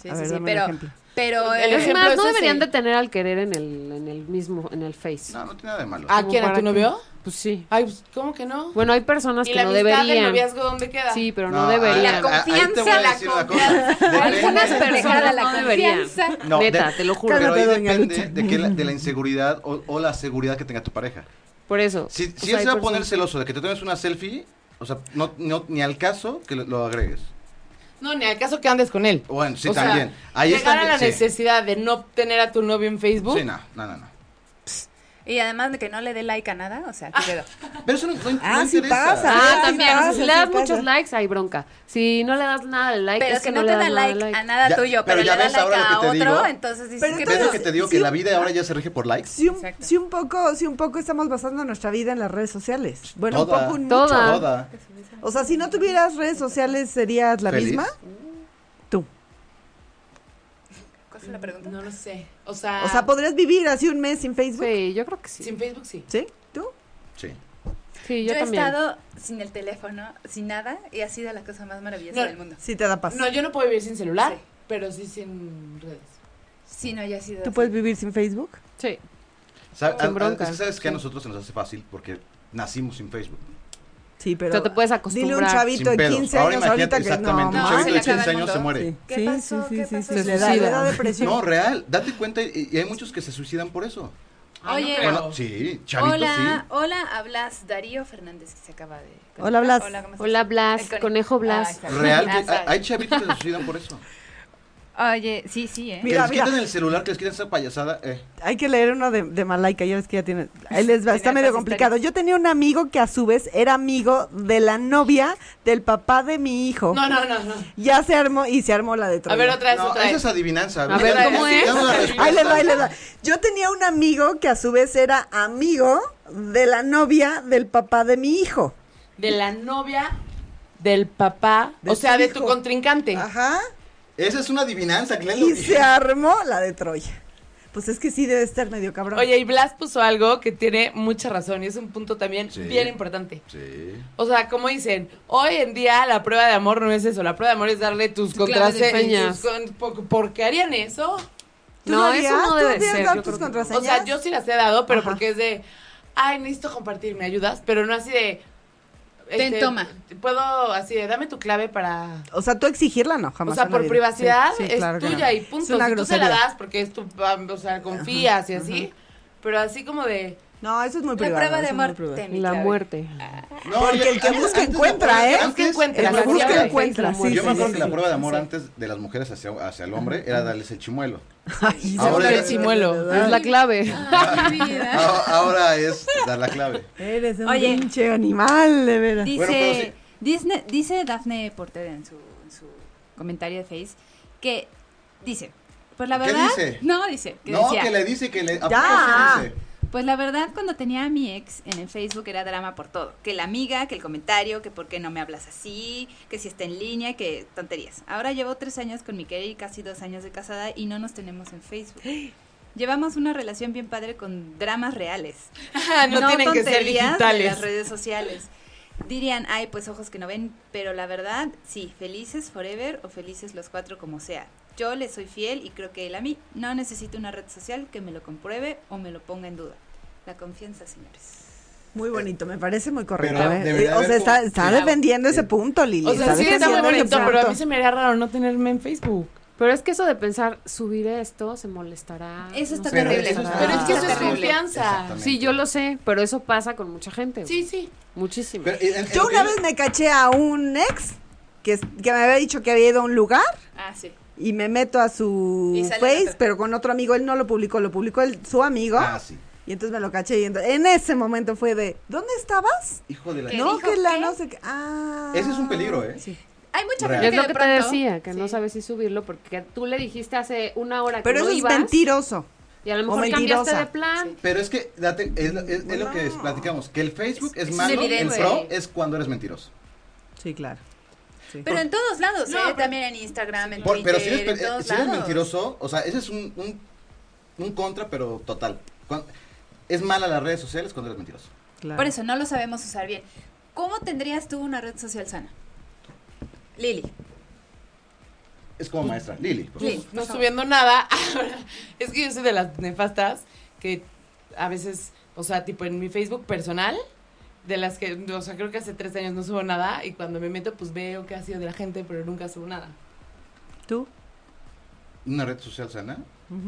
sí,
A
sí,
ver,
sí,
dame un
pero.
ejemplo.
Pero.
El
eh,
Es
ejemplo
más,
es
no
ese.
deberían de tener al querer en el, en el mismo, en el Face.
No, no tiene nada de malo.
Ah,
¿A
Como
quién? ¿A
para qué.
tu novio?
Pues sí.
Ay, pues, ¿cómo que no?
Bueno, hay personas
¿Y
que
la
no
amistad del
deberían.
noviazgo dónde queda?
Sí, pero no,
No,
deberían.
La confianza,
ahí te voy a
la
decir una cosa.
Algunas
Depende-
Dejada
personas
la
no deberían.
confianza.
No,
Neta,
de-
te lo juro.
Pero ahí
Cálmate, doña
depende
Lucha.
de, que la, de la inseguridad o, o la seguridad que tenga tu pareja.
Por eso.
Si,
O
si
sea,
él
hay
se va a poner
personas-
celoso de que te tomes una selfie, o sea, no, no- ni al caso que lo, lo agregues.
No, ni al caso que andes con él.
Bueno, Uh, sí,
O sea,
también. Ahí
llegar
está.
a la
sí.
necesidad de no tener a tu novio en Facebook.
Sí, no, no, no. no.
Y además de que no le dé like a nada, o sea, aquí quedó.
Pero eso no, no,
Ah,
no
sí
interesa.
pasa.
Ah,
Sí,
también.
pasa,
o sea, si le
sí
das
pasa.
muchos likes, hay bronca. Si no le das nada de like,
Pero
es
si
que
no,
le
te
das
da
nada de
like, ah, a nada
Ya,
tuyo,
pero
pero,
ya
le da
ves
like
ahora lo
a
que
otro,
te digo.
entonces dices
Pero
que
¿Ves
entonces-
lo que te digo? Que
Sí.
la vida ahora ya se rige por likes.
Si un,
Exacto.
si un poco, si un poco estamos basando nuestra vida en las redes sociales. Bueno, un
Toda.
poco, un
Toda.
mucho.
Toda.
O sea, si no tuvieras redes sociales, ¿serías la
Feliz.
misma? Tú.
¿Cuál fue la pregunta?
No lo sé. O sea,
O sea, pues, ¿podrías vivir así un mes sin Facebook?
Sí, yo creo que sí.
sin Facebook sí.
¿Sí? ¿Tú?
Sí.
Sí,
Yo,
yo,
he
también.
estado sin el teléfono, sin nada, y ha sido la cosa más maravillosa
No.
del mundo.
Sí te da paz.
No, yo no puedo vivir sin celular,
Sí.
pero sí sin redes.
Sí, no, ya ha sido.
¿Tú
así.
puedes vivir sin Facebook?
Sí.
Sa-
Sin
a- a-
bronca.
es que ¿Sabes que a nosotros se nos hace fácil? Porque nacimos sin Facebook.
Sí, pero
O sea, te puedes
dile un
acostumbrar.
chavito
sin
de
pedos.
15
Ahora
años ahorita
imagínate,
que no.
exactamente. un
no, se
chavito de
le acaba
15
el
años se
mundo.
muere.
Sí,
¿Qué
sí,
pasó?
sí,
¿Qué
sí, sí,
pasó?
sí,
Se
le da, le
suicida.
da *laughs* depresión.
No, real. Date cuenta y, y hay muchos que se suicidan por eso.
Oye,
Pero-
Bueno, sí, chavitos
hola, hola, hablas Darío Fernández, que se acaba de. conectar.
Hola, Blas.
Hola, ¿cómo estás?
Hola, Blas,
El cone-
conejo
Ah,
Blas.
sí.
exacto. Ah,
Real, eh, que- hay,
exacto.
hay chavitos
*laughs*
que se suicidan por eso.
Oye, sí, sí, ¿eh?
Que
Mira,
les
mira.
quiten el celular, que les quiten esa payasada. Eh.
Hay que leer uno de, de Malaika, ya ves que ya tiene. Ahí les va, está
Tiene
medio
hartas
complicado. Yo tenía un amigo que a su vez era amigo de la novia del papá de mi hijo.
No, no, no, no.
Ya se armó y se armó la de Troya.
A ver, otra vez,
No,
otra
esa
vez.
es adivinanza.
A ver, ¿cómo es?
*laughs* Ahí les va, ahí les va. Yo tenía un amigo que a su vez era amigo de la novia del papá de mi hijo.
De la novia del papá,
De
o sea,
tu
de
hijo.
tu contrincante.
Ajá.
Esa es una adivinanza, claro.
Y se armó la de Troya. Pues es que sí debe estar medio cabrón.
Oye, y Blas puso algo que tiene mucha razón y es un punto también
Sí.
bien importante.
Sí.
O sea, como dicen, hoy en día la prueba de amor no es eso. La prueba de amor es darle tus
claves de
contraseñas. ¿Por, por qué harían eso?
¿Tú
No,
lo
eso
harías?
no
¿Tú
debe
hubieras
ser,
dado
yo
tus
creo que no.
contraseñas?
O sea, yo sí las he dado, pero
Ajá.
porque es de, ay, necesito compartir, ¿me ayudas? Pero no así de... este,
Ten, toma.
Puedo así de, dame tu clave para...
O sea, tú exigirla no, jamás.
o sea,
en la
por
vida.
privacidad
Sí, sí,
es
claro que no.
tuya y punto.
Es una
si tú se la
grosería.
das porque es tu, pam, o sea, confías y así. Pero así como de,
No, eso es muy
La
privado.
prueba de
eso es muy
amor,
privado.
ten mi
La
clave.
muerte.
No,
Porque el que
antes-
busca
antes
encuentra,
la-
¿eh?
antes-
El que encuentra,
El que
la
busca
clave.
encuentra.
Sí,
sí,
Yo me
sí,
acuerdo
sí.
que la prueba de amor antes de las mujeres hacia, hacia el hombre era darles el chimuelo.
Ay,
Ahora
seguro
eres-
que-
chimuelo.
Es la clave.
Ay,
*laughs*
mi vida.
Ah.
Ahora, ahora es dar
*laughs*
la clave.
Eres un
Oye.
pinche animal, de veras.
Dice,
Bueno, pero sí.
Disney- dice Daphne Porter en su, en su comentario de Face que dice, pues la
¿Qué
verdad,
dice?
no dice, que
No,
decía,
que le dice que le.
Ya.
¿a poco sí dice?
pues la verdad cuando tenía a mi ex en el Facebook era drama por todo, que la amiga, que el comentario, que por qué no me hablas así, que si está en línea, que tonterías. Ahora llevo tres años con mi querida y casi dos años de casada y no nos tenemos en Facebook. Llevamos una relación bien padre con dramas reales.
no, tienen que ser
tonterías de
digitales.
las redes sociales. Dirían, ay, pues ojos que no ven, pero la verdad, sí, felices forever o felices los cuatro como sea. Yo le soy fiel y creo que él a mí. No necesito una red social que me lo compruebe o me lo ponga en duda. La confianza, señores.
Muy bonito, me parece muy correcto.
Eh, Pero
¿eh?
debería
Eh, O
haber
sea, está,
como-
está
Sí.
defendiendo ese
Sí.
punto, Lili.
O sea, sí está
defendiendo
muy
ese
bonito, pero a
punto.
mí se me haría raro no tenerme en Facebook.
Pero es que eso de pensar, subiré esto, se molestará.
Eso está
sé,
terrible.
se molestará.
Pero es que eso es
terrible.
confianza.
Exactamente.
Sí, yo lo sé, pero eso pasa con mucha gente.
Sí, sí.
Muchísimo.
Pero, en- en-
Yo
en-
una vez me caché a un ex que, que me había dicho que había ido a un lugar
Ah, sí.
y me meto a su
Y sale
face,
otro.
pero con otro amigo. Él no lo publicó, lo publicó él, su amigo.
Ah, sí.
Y entonces me lo caché y ento- en ese momento fue de, ¿dónde estabas?
Hijo de la.
¿Qué?
No,
dijo
que la
qué?
no sé qué. Ah.
Ese es un peligro, ¿eh?
Hay mucha
Real.
gente
es
que
lo
de
que te
pronto-
decía, que no
Sí.
sabes si subirlo porque tú le dijiste hace una hora que
Pero
no
eso
ibas
es mentiroso.
y a lo mejor
mentirosa.
cambiaste de plan.
Pero es que date, es, lo- es- es lo que platicamos, que el Facebook es,
es
malo,
evidente.
el pro es cuando eres mentiroso.
Sí, claro.
Pero en todos lados,
No,
¿eh?
pero-
También en Instagram, en
Por-
Twitter,
pero si eres,
en
pe- eh,
todos
si eres
lados.
mentiroso, o sea, ese es un, un, un contra, pero total. Cuan- es mala las redes sociales cuando eres mentiroso.
Por eso no lo sabemos usar bien. ¿Cómo tendrías tú una red social sana? Lili.
Es como maestra. Lili, por
Lili,
favor.
No
por favor.
subiendo nada. *laughs* es que yo soy de las nefastas que a veces, o sea, tipo en mi Facebook personal, de las que, o sea, creo que hace tres años no subo nada y cuando me meto pues veo qué ha sido de la gente, pero nunca subo nada.
¿Tú?
¿Una red social sana? Pues,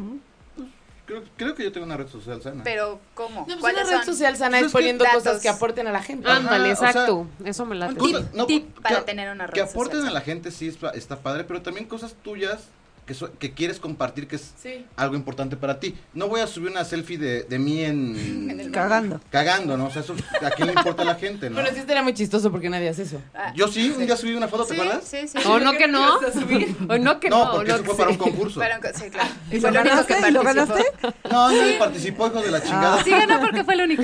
Creo, creo que yo tengo una red social sana.
Pero, ¿cómo?
No, pues
¿Cuáles
una red
son?
social sana
Pues
es
es que
poniendo
datos.
cosas que aporten a la gente.
Ah,
Ándale,
Ajá, o
exacto. eso me late.
Tip,
Cosas- no,
tip
que-
para tener una red
que aporten
social.
a la gente sí es- está padre, pero también cosas tuyas que, so- que quieres compartir que es
Sí.
algo importante para ti. No voy a subir una selfie de, de
*laughs*
mí en...
Cagando.
Cagando, ¿no? O sea, eso, ¿a quién le importa a la gente, no?
Pero sí estaría muy chistoso porque nadie hace eso.
Ah,
Yo sí, un día subí una foto, ¿te
sí,
acuerdas?
Sí, sí.
O no que no.
¿Vas a subir?
*laughs* O no que
no,
no. o
porque
no
eso
que
fue para
sí.
un concurso.
Para un co- sí, claro.
¿Y
Fue
lo
el único que
ganaste? ¿Y lo
participó.
ganaste?
*laughs* No, nadie participó, hijo de la chingada.
Ah, Sí ganó porque fue el
*laughs*
único.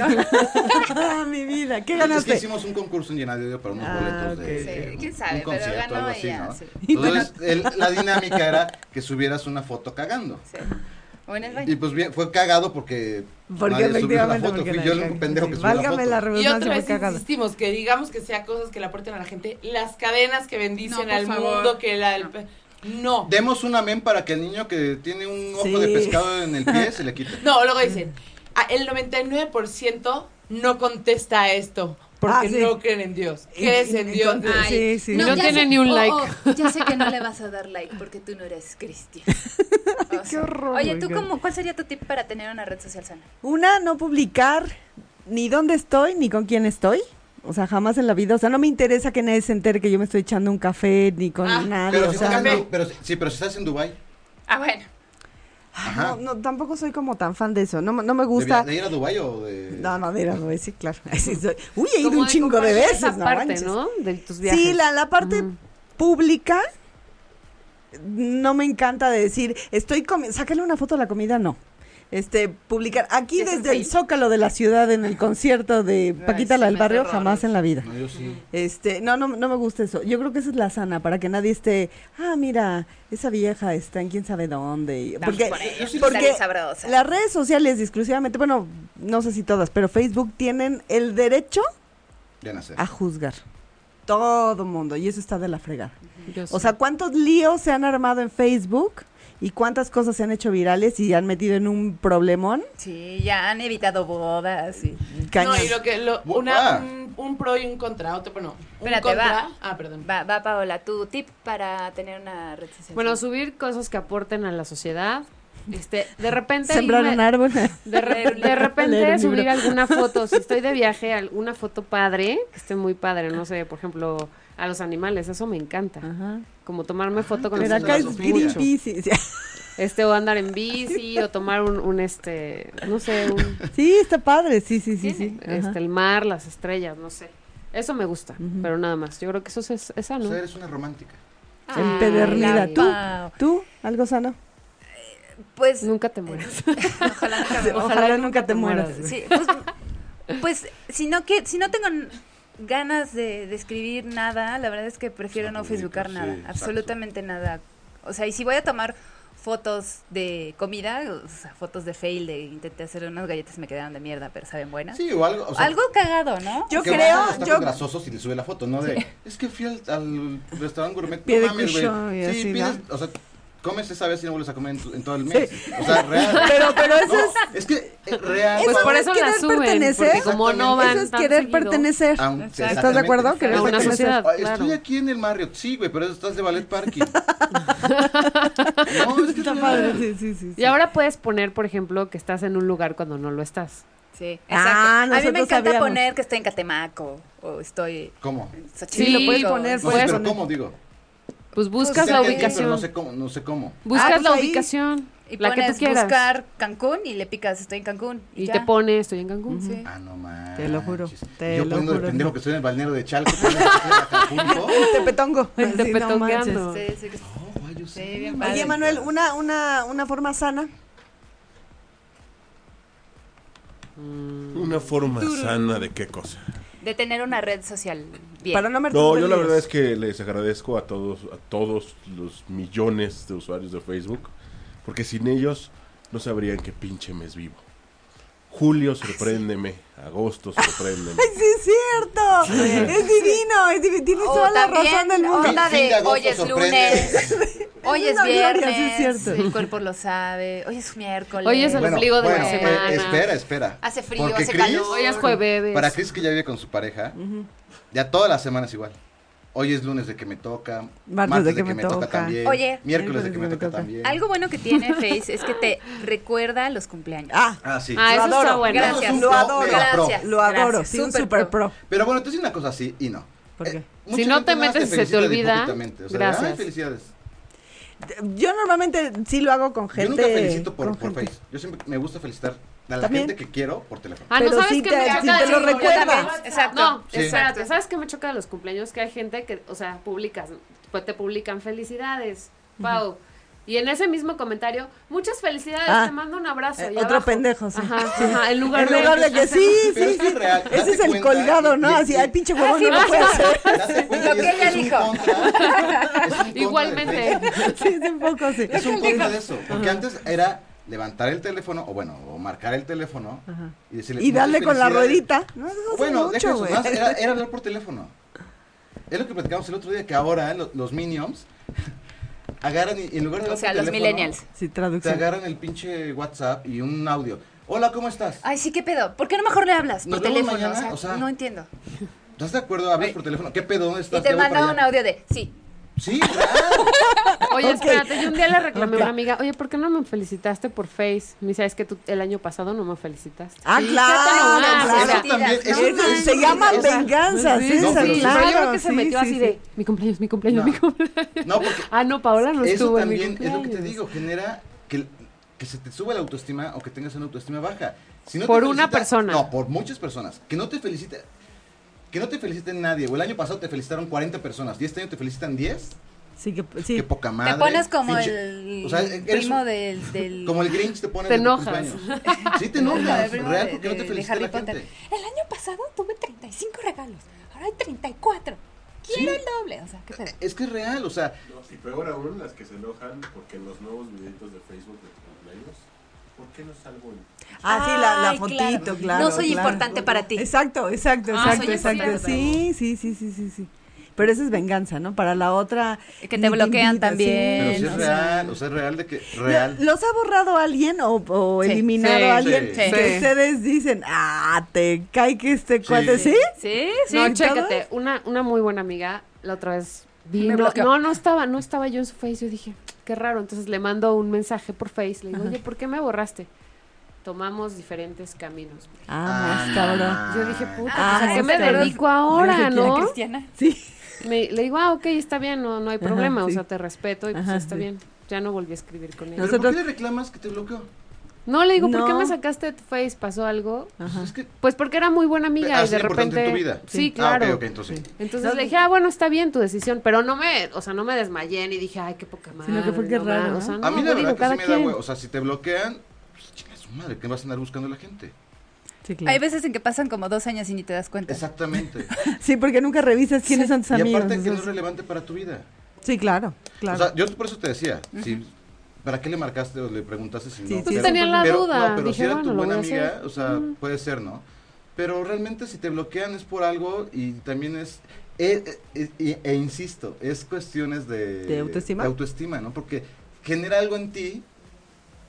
Ah, mi vida, ¿qué
Es que
ganaste?
hicimos un concurso en Llenadio para unos
Ah,
boletos de.
ok.
Sí, quién sabe,
un
pero
concierto,
ganó
algo así,
ella,
¿no?
sí.
Entonces, el- la dinámica era que subieras una foto cagando.
Sí. O en el
Y
baño.
pues bien, fue cagado porque.
Porque
nadie subió la
efectivamente.
foto.
porque
Fui
la
yo el único
cagué.
pendejo
Sí,
que subió la
Válgame
foto.
la
Y
redundancia,
otra
fue
vez
cagada.
insistimos que digamos que sea cosas que le aporten a la gente, las cadenas que bendicen
por
al
favor.
mundo, que la... el pe- No.
Demos un amén para que el niño que tiene un ojo
Sí.
de pescado en el pie se le quite.
No, luego dicen, "Ah, el 99% no contesta a esto
Ah,
porque
sí.
no creen en Dios.
Y-
Crees
y-
en
y
Dios.
con-
Ay,
Sí, sí.
No
ya
tiene
sé-
ni un
oh,
like.
oh, ya sé que no le vas a dar like porque tú no eres cristiano. O sea,
horror,
Oye, ¿tú
oigan.
cómo, cuál sería tu tip para tener una red social sana?
Una, no publicar ni dónde estoy ni con quién estoy. O sea, jamás en la vida. O sea, no me interesa que nadie se entere que yo me estoy echando un café ni con
Ah,
nadie.
Pero
o
si,
sea,
estás en
no.
Du- pero si- sí, pero si estás en Dubai
Ah, bueno.
Ajá.
No, no, tampoco soy como tan fan de eso. No, me- no me
¿De,
gusta.
vi- de ir a Dubai o de.?
No, no, mira, no, sí, claro. *laughs* Ay, sí, soy- Uy, he ido
Como
un chingo de
compartir
veces.
Esa
no
parte,
manches.
¿no? De tus viajes.
Sí, la, la parte
Mm.
Ujú.
pública no me encanta de decir, estoy comiendo, sácale una foto a la comida, no. este, publicar aquí
¿Es en
desde el
Facebook?
Zócalo de la ciudad en el concierto de
Ay,
Paquita
sí,
la del
me hace
Barrio,
horror.
jamás en la vida.
No, yo sí.
Este, no, no, no me gusta eso. Yo creo que esa es la sana, para que nadie esté, ah, mira, esa vieja está en quién sabe dónde. y-
Vamos
Porque,
por ella,
porque
sale sabrosa.
las redes sociales exclusivamente, bueno, no sé si todas, pero Facebook tienen el derecho
Ya nacer.
a juzgar. Todo mundo, y eso está de la fregada.
Yo
O
sí.
sea, ¿cuántos líos se han armado en Facebook? ¿Y cuántas cosas se han hecho virales y han metido en un problemón?
Sí, ya han evitado bodas. y-
Mm.
Cañón.
No, y lo que, lo,
Bu-
una,
ah.
un, un pro y un contra, otro, bueno, un
Espérate,
contra.
va.
Ah, perdón.
Va, va, Paola, tu tip para tener una red social.
Bueno, subir cosas que aporten a la sociedad. Este, de repente
Sembrar
irme-
un árbol.
De, re-
Leer un
de
libro.
Leer
repente
un
subir
libro.
alguna foto, si estoy de viaje, alguna foto padre, que esté muy padre, no sé, por ejemplo, a los animales, eso me encanta.
Ajá.
Como tomarme foto con los
Ah. Pero acá
Nosotros
es
animales.
somos mucho.
creepy. Sí, sí.
Este, o andar en bici, o tomar un, un, este, no sé, un,
Sí, está padre. Sí, sí, sí. sí. Ajá.
este, el mar, las estrellas, no sé. Eso me gusta, pero nada más. Yo creo que eso es, es
O
sano.
sea, eres una romántica.
Ay,
empedernida,
la
tú.
Pau.
¿Tú? ¿Algo sano?
Pues
Nunca te mueras.
Ojalá nunca, me-
Ojalá nunca te mueras.
Sí, pues, pues, si no que si no tengo n- ganas de, de escribir nada, la verdad es que prefiero
Está
no
bonito,
facebookar
sí,
nada,
exacto.
absolutamente nada. O sea, y si voy a tomar fotos de comida, o sea, fotos de fail, de intenté hacer unas galletas y me quedaron de mierda, pero saben buenas.
Sí, o algo. o sea,
Algo cagado, ¿no?
Yo
que
creo-
vas a los tacos
yo-
grasosos y le sube la foto, ¿no? De, es que fui al, al restaurante gourmet.
Pie
no
de
mames,
cuchillo
güey.
y
Sí,
así,
pides, o sea, comes esa vez y no vuelves a comer en, tu- en todo el mes.
*laughs*
O sea, real.
Pero, pero eso
No,
es.
es que eh, real.
Pues
Eso
por
es
eso la
querer
suben,
pertenecer.
porque como no van
Eso es
tan
querer
seguido.
pertenecer. *laughs*
Ah, un- sí,
¿Estás de acuerdo?
exactamente.
Querer
A una
pertenecer.
sociedad.
Ah, Estoy
claro.
aquí en el Marriott, sí, güey, pero estás de ballet parking. no, es que
Está
es
padre.
real.
Sí, sí, sí. sí.
Y ahora puedes poner, por ejemplo, que estás en un lugar cuando no lo estás.
Sí, exacto.
Ah,
A mí me
nosotros
encanta
sabíamos.
poner que estoy en Catemaco o estoy
¿Cómo?
en
Sí, lo puedes
Xochimilco,
poner,
No,
o-
Pues-
pero ¿cómo digo?
Pues buscas
Sí,
la
entendí, pero
ubicación.
No sé cómo, no sé cómo.
Buscas
Ah, pues
la
ahí.
ubicación,
Y
la que
pones
tú quieras.
buscar Cancún y le picas estoy en Cancún.
y
ya.
te pone, estoy en Cancún.
Sí.
Ah, no mames.
Te lo juro, te
Yo
lo
poniendo
juro.
de pendejo que estoy en el balneario de Chalco. poniendo que estoy en
*laughs*
Acapulco.
Tepetongo.
El
Sí, no manches.
tepetongueando.
Sí, sí, que-
No, güey, yo sé.
Sí, bien padre.
Oye, Manuel, una, una, una forma sana.
Una forma sana de qué cosa.
de tener una red social bien.
Para no
No,
meternos
yo la
en
verdad
líos.
es que les agradezco a todos, a todos los millones de usuarios de Facebook, porque sin ellos no sabrían qué pinche mes vivo. Julio, sorpréndeme. Agosto, sorpréndeme.
Sí, es cierto. Es divino. Es divino. Tienes
O
toda la
también,
razón del mundo.
Onda
Fin de
de
agosto
hoy es
sorprende".
*laughs*
lunes, hoy
Es
es
una gloria,
viernes,
sí es cierto.
el cuerpo lo sabe, hoy es miércoles.
Hoy es el ombligo de la
eh,
semana.
espera, espera.
Hace frío,
Porque
hace
Chris,
calor.
Hoy es jueves.
Para Chris que ya vive con su pareja, ya todas las semanas igual. Hoy es lunes de que me toca, martes de que, me toca, también,
Oye.
miércoles de que me, toca, también.
Algo bueno que tiene Face es que te recuerda los cumpleaños.
Ah,
Ah, sí.
Ah, eso
Lo
está
adoro.
bueno.
Gracias.
Lo adoro.
Mega pro.
Gracias.
lo adoro.
gracias.
Sí, un
Súper
super pro.
Pero bueno, te dice una cosa así y no. Eh,
¿Por qué?
mucha
Si no
gente
te
nada
metes
más
y se te
felicita
olvida,
diputadamente, o sea,
gracias.
ay, felicidades.
Yo normalmente sí lo hago con gente.
Yo nunca felicito por,
con
por
gente.
Face. Yo siempre me gusta felicitar a la
También.
gente que quiero por teléfono.
Ah, no
Pero
sabes
sí
que
te-
me
sí
choca.
te lo
Sí, yo
recuerda.
también.
Exacto.
No,
Sí.
espérate. ¿Sabes qué me choca de los cumpleaños? Que hay gente que, o sea, publicas, pues te publican felicidades, Pau. Y en ese mismo comentario, muchas felicidades,
Ah.
te mando un abrazo.
Eh,
y
otro
abajo.
pendejo, sí.
Ajá, ajá, *laughs* en lugar
En
de.
lugar de que sí,
Pero
sí,
es que
sí.
es real, date
Ese es el
cuenta,
colgado, ¿no?
y-
Así,
y-
ay, pinche huevón,
sí,
no lo
basta.
puede hacer.
Date
*laughs*
cuenta,
Lo que
es-
ella
es un
dijo. *laughs*
contra, es un contra de
Igualmente.
Facebook.
*laughs* Sí, es un poco así.
Es un contra de eso. Porque antes era levantar el teléfono, o bueno, o marcar el teléfono y decirle.
Y darle
"Muchas
con la
felicidades".
ruedita. No, eso hace
Bueno, deja
mucho,
eso,
güey.
nada más era, era hablar por teléfono. Es lo que platicamos el otro día, que ahora lo- los, minions *laughs* agarran y en lugar de
O
hablar
sea,
por
los
teléfono,
millennials.
Sí,
Te
traducción.
agarran el pinche WhatsApp y un audio. Hola, ¿cómo estás?
Ay, sí, qué pedo. ¿Por qué no mejor le hablas por
Nos vemos
teléfono?
mañana,
o
o
sea,
sea,
no entiendo.
¿Estás de acuerdo? Hablas por teléfono. ¿Qué pedo? ¿Dónde estás?
Y te
Ya voy para
manda un
allá.
audio de sí.
Sí, claro.
Oye, espérate, yo un día le reclamé a una amiga, oye, ¿por qué no me felicitaste por Face? Me dice, es que tú el año pasado no me felicitaste.
Ah,
nomás,
claro,
o sea,
claro. Es-
no
se
manches,
llama
o sea,
venganza, sí,
No,
esa,
pero sí.
claro,
pero yo creo que se
sí,
metió
sí,
así
sí.
de, mi cumpleaños, mi cumpleaños,
No.
mi cumpleaños.
No,
*laughs*
porque
Ah, no, Paola no
eso
estuvo en mi
también es lo que te
cumpleaños.
digo, genera que, que se te sube la autoestima o que tengas una autoestima baja. Si no te
Por una
felicita-
persona.
No, por muchas personas. Que no te felicite, que no te feliciten nadie. O el año pasado te felicitaron 40 personas, y este año te felicitan 10.
Sí, que,
Qué
sí.
poca madre.
Te pones como
pinche-
el
o sea, eres
primo
un-
del, del-
*laughs* Como el Grinch te pones
Te
de tu
enojas.
*laughs*
cumpleaños. Sí, te
el
enojas.
primo
Real,
de-
porque no
de-
te
de
felicita
Harry
la
Potter.
gente.
El año pasado tuve 35 regalos, ahora hay 34. Quiero el doble. O sea, ¿qué pedo?
Es que es real, o sea,
Y peor aún, las que se enojan porque en los nuevos videitos de Facebook de cumpleaños, ¿por qué no salgo en
Ah, sí, la, la
Ay,
fotito, claro.
claro. No soy importante para ti.
Exacto, exacto,
Ah,
exacto,
soy
exacto.
importante.
Sí, sí, sí, sí, sí, sí. Pero esa es venganza, ¿no? Para la otra.
Que te
ni
bloquean
invitas,
también.
pero
sí.
si es
o sea.
real, o sea, es real de que, real.
¿Los ha borrado alguien o, o
Sí.
eliminado
Sí,
a alguien?
sí,
que
sí.
ustedes dicen, ah, te cae que este cuate, ¿sí?
Sí, sí.
no,
¿todos?
chécate, una, una muy buena amiga, la otra vez vi,
Me
no,
bloqueó.
no, no estaba, no estaba yo en su face, yo dije, qué raro, entonces le mando un mensaje por face, le digo, oye, ¿por qué me borraste? Tomamos diferentes caminos.
Ah, más cabrón.
Yo dije, puta,
Ah,
pues, ¿a qué me
cabrón.
dedico ahora,
La
no?
cristiana.
Sí.
Me- le digo, ah, ok, está bien, no, no hay
Ajá,
problema, o
sí.
sea, te respeto y pues
Ajá,
está
sí.
bien. Ya no volví a escribir con
¿Pero
ella.
Nos- nosotros-
por qué le reclamas que te bloqueó?
No, le digo, ¿por qué
No.
me sacaste de tu face? ¿Pasó algo?
Pues es que,
Pues porque era muy buena amiga
Ah,
y
sí,
de
importante
repente...
en tu vida.
Sí, claro.
Ah, ok, ok, entonces sí.
Entonces le dije, ah, bueno, está bien tu decisión, pero no me, o sea, no me desmayé ni dije, ay, qué poca madre.
Sino que fue que
no
raro,
ma-
¿no?
O sea, no,
A mí la
digo,
verdad que
cada
sí me da
quien.
huevo. O sea, si te bloquean, pues chinga su madre, ¿qué vas a andar buscando a la gente?
Sí,
Hay
claro.
veces en que pasan como dos años y ni te das cuenta.
Exactamente.
Sí, porque nunca revisas quiénes son tus
y
amigos.
aparte que no es
entonces-
relevante para tu vida.
Sí, claro,
O
claro.
sea, yo por eso te decía, si- ¿para qué le marcaste o le preguntaste si
Sí,
no?
sí,
Pues
Pero-
tenía la
pero,
duda.
No, pero
dije,
si era
bueno, lo
tu
voy
buena
a hacer.
amiga, o sea, puede ser, ¿no? Pero realmente si te bloquean es por algo y también es, e, e- e- e insisto, es cuestiones de...
¿De autoestima?
de autoestima, ¿no? Porque genera algo en ti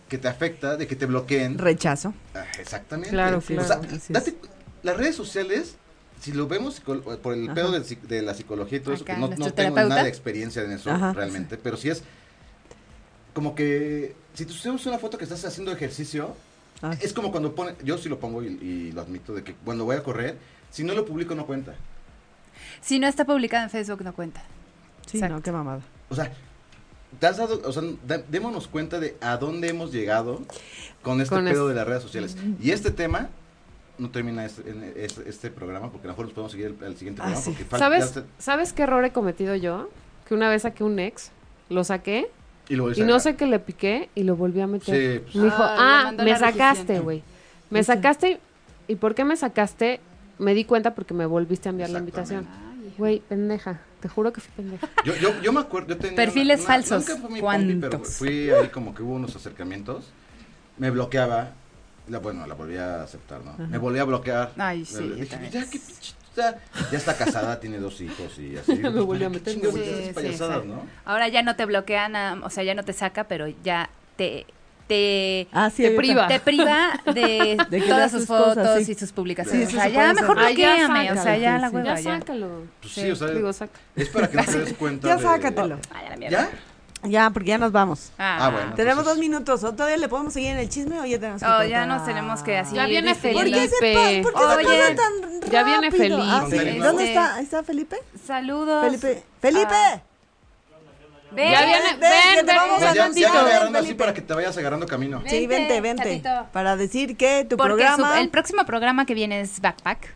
que te afecta, de que te bloqueen.
Rechazo.
Ah, Exactamente.
Claro,
O
claro,
sea,
así es.
date cu- las redes sociales, si lo vemos psico- por el pedo del psic- de, la psicología y todo eso,
Acá,
que no, no
nuestro
tengo
terapeuta.
nada de experiencia en eso
Ajá.
realmente, pero si es como que si tú subes una foto que estás haciendo ejercicio,
Ah.
es como cuando pone, yo sí lo pongo y, y lo admito, de que cuando voy a correr, si no lo publico no cuenta.
Si no está publicada en Facebook, no cuenta.
Sí,
Exacto.
no, qué mamada.
O sea, ¿te has dado, o sea, da- démonos cuenta de a dónde hemos llegado con este
Con
pedo
es-
de las redes sociales. Y este tema no termina este, en- es- este programa porque a lo mejor nos podemos seguir el- al siguiente
Ah,
programa
sí.
porque falta
¿Sabes, ¿Sabes qué error he cometido yo? Que una vez saqué un ex, lo saqué
y lo voy a
y no
sacar.
sé qué le piqué y lo volví a meter.
Sí, pues,
Me dijo,
Ah, le
ah,
mandó
me
la
sacaste,
rejección".
güey. Me sacaste y ¿por qué me sacaste? Me di cuenta porque me volviste a enviar la invitación. Güey, pendeja, te juro que fui pendeja.
yo, yo, yo me acuerdo, yo tenía
Perfiles falsos,
Nunca fue mi compi, pero
¿cuántos?
fui ahí como que hubo unos acercamientos. Me bloqueaba. La, bueno, la volví a aceptar, ¿no? Me volví a bloquear.
Ay,
Me-
sí,
le
yo
dije,
también.
ya, qué pinche- o sea, ya está casada, *laughs* tiene dos hijos y así.
Me volví a
¿Qué
meter.
chingados
Sí,
haces
sí,
payasadas,
exacto.
¿no?
Ahora ya no te bloquean, ah, o sea, ya no te saca, pero ya te te,
Ah, sí,
Te
hay otra. *laughs*
priva.
te priva de,
De que veas
todas sus
sus
fotos
cosas, sí.
y sus publicaciones.
Sí, eso
o sea,
se
ya
puede
mejor
hacer.
Ay, ya
bloqueame, o sea,
sácalo.
ya la
Sí,
hueva,
Ya
ya.
sácalo.
Pues sí,
Sí.
o sea,
Digo, sácalo.
es para que no te des cuenta.
Ya
de-
sácatelo.
Ay, a la mierda.
¿Ya?
Ya, porque ya nos vamos.
Ah,
Ah, bueno.
Tenemos
Entonces-
dos minutos. ¿O todavía le podemos seguir en el chisme o ya tenemos que
Oh, ya
cortar?
nos tenemos que así.
Ya viene
dice,
¿Por qué
Felipe.
se, pa- ¿por qué se
Oye,
pasa tan rápido?
ya viene
Ah,
Felipe.
sí.
Con
¿Dónde
Felipe. Ah,
está? ¿Ahí está Felipe?
Saludos.
Felipe. ¡Felipe!
Ven,
Ya viene,
ven,
ven,
que te
ven,
vamos
Ya,
a
ya, ya
tantito.
agarrando así
Felipe.
para que te vayas agarrando camino.
Sí, vente,
Vente,
vente.
chatito.
Para decir que tu
Porque su-
programa
el próximo programa que viene es Backpack.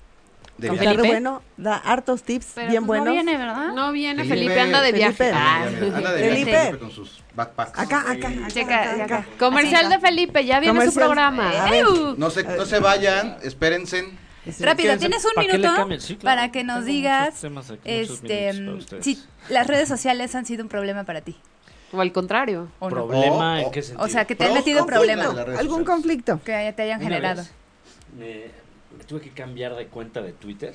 De
Con
está
viaje.
re
Felipe.
bueno, da hartos tips
Pero
bien
pues
buenos.
no viene, ¿verdad?
No viene
Felipe.
Felipe, anda de viaje.
Felipe.
Ah.
Ya, mira, anda de viaje
Felipe.
Felipe con sus backpacks.
Acá, acá, acá.
Checa,
acá,
acá.
acá.
Comercial de Felipe, ya viene su
Comercial.
programa.
Eh, Ah.
A ver.
No se, no se vayan, espérense.
uh, Rápido,
Quédense.
tienes un
¿Para qué le
minuto
cambian? Sí, claro.
para que nos
Tengo
digas
muchos temas aquí, muchos
este,
minutos para
mm,
ustedes.
si las redes sociales han sido un problema para ti.
O al contrario.
¿o no?
O-
¿Problema en
o-
qué
O
sentido?
sea, que te han
Pros,
metido en
contras de las
problemas
redes
¿Algún
sociales.
conflicto?
que te hayan
Una
generado.
vez Me, me tuve que cambiar de cuenta de Twitter,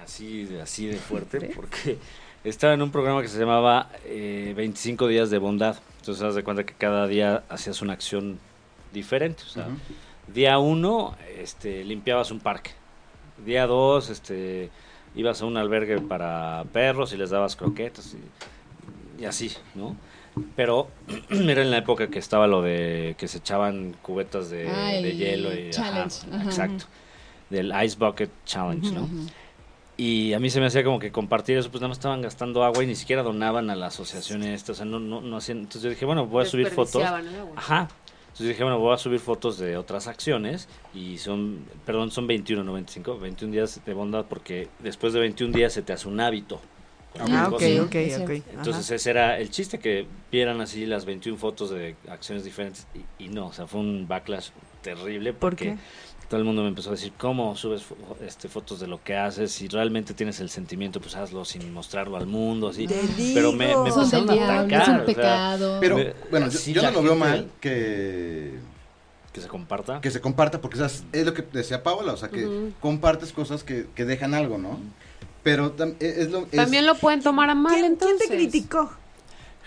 así, de- así de fuerte, porque estaba en un programa que se llamaba eh, 25 días de bondad. Entonces, haz de cuenta que cada día hacías una acción diferente. O sea,
Ujú.
día uno, este, limpiabas un parque. Día dos, este, ibas a un albergue para perros y les dabas croquetas y, y así, ¿no? Pero *clears throat* era en la época que estaba lo de que se echaban cubetas de,
Ah,
de
el
hielo y ajá,
challenge, ajá.
exacto, del ice bucket challenge, ¿no? Y a mí se me hacía como que compartir eso, pues nada más estaban gastando agua y ni siquiera donaban a la asociación esta, o sea, no, no, no hacían, entonces yo dije, bueno, voy a subir fotos.
Desperdiciaban el agua.
Ajá. Entonces dije, bueno, voy a subir fotos de otras acciones y son, perdón, son 21, no 25, 21 días de bondad porque después de 21 días se te hace un hábito alguna
Ah, ok,
cosa.
ok, Es cierto. ok.
Entonces
Ajá.
ese era el chiste, que vieran así las 21 fotos de acciones diferentes y, y no, o sea, fue un backlash terrible
¿Por
porque
qué?
todo el mundo me empezó a decir, ¿cómo subes fo- este, fotos de lo que haces? Si realmente tienes el sentimiento, pues hazlo sin mostrarlo al mundo, así.
Te
Pero me,
digo.
me
Son
empezaron
del
a
diablo,
atacar.
es un
o sea,
pecado. Pero,
me-
bueno, yo-
sí,
yo no
la
lo veo
gente-
mal que...
Que se comparta.
Que se comparta, porque esas- es lo que decía Paola, o sea, que
Ujú.
compartes cosas que, que dejan algo, ¿no? Pero tam- e, es es lo... es-
También lo pueden tomar a mal, entonces.
¿Quién te criticó?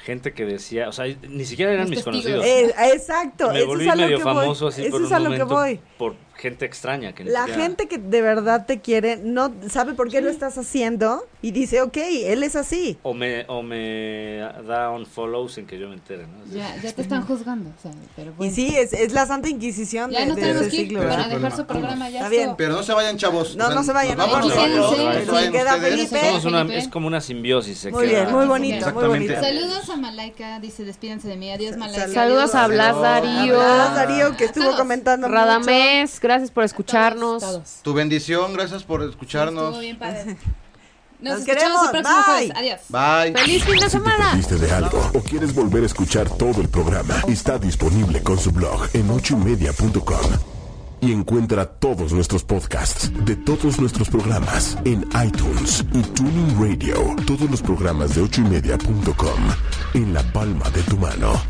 Gente que decía, o sea, ni siquiera eran
Los
mis
testigos.
conocidos.
Eh, exacto,
Me
eso es
volví
a lo
medio
que voy.
famoso así
Eso
por
es
un
a lo que
momento
voy.
Por gente extraña. Que ni
La
siquiera-
gente que de verdad te quiere no sabe por qué lo estás haciendo y dice, ok, él es así.
O me, o me da un follow sin que yo me entere, ¿no? Así-
Ya, ya te están juzgando. o sea, pero
Y
bueno.
sí, es, es la santa inquisición
Ya
de,
nos
de
tenemos
ese
que ir
siglo.
para
¿verdad?
dejar su programa, ya
Está bien.
estuvo.
Pero no se vayan, chavos.
No, no se vayan,
nos vamos,
no se vayan,
nos
no se
vamos,
vayan.
nos vayan
Queda
ustedes.
Felipe.
Somos una- es como una simbiosis. se
Muy bien,
queda-
muy bonito, muy
Exactamente.
Saludos a Malaika, dice, despídanse de mí. Adiós, Malaika.
Saludos a Blas Darío.
Blas Darío, que estuvo comentando mucho.
Radamés, gracias por escucharnos.
Tu bendición, gracias por escucharnos.
Estuvo bien padre.
Nos
Nos, escuchamos
queremos,
el próximo
bye.
jueves. Adiós.
Bye.
¡Feliz fin de semana!
Viste de algo o quieres volver a escuchar todo el programa, está disponible con su blog en ochoymedia.com y encuentra todos nuestros podcasts de todos nuestros programas en iTunes y Tuning Radio. Todos los programas de ochoymedia.com en la palma de tu mano.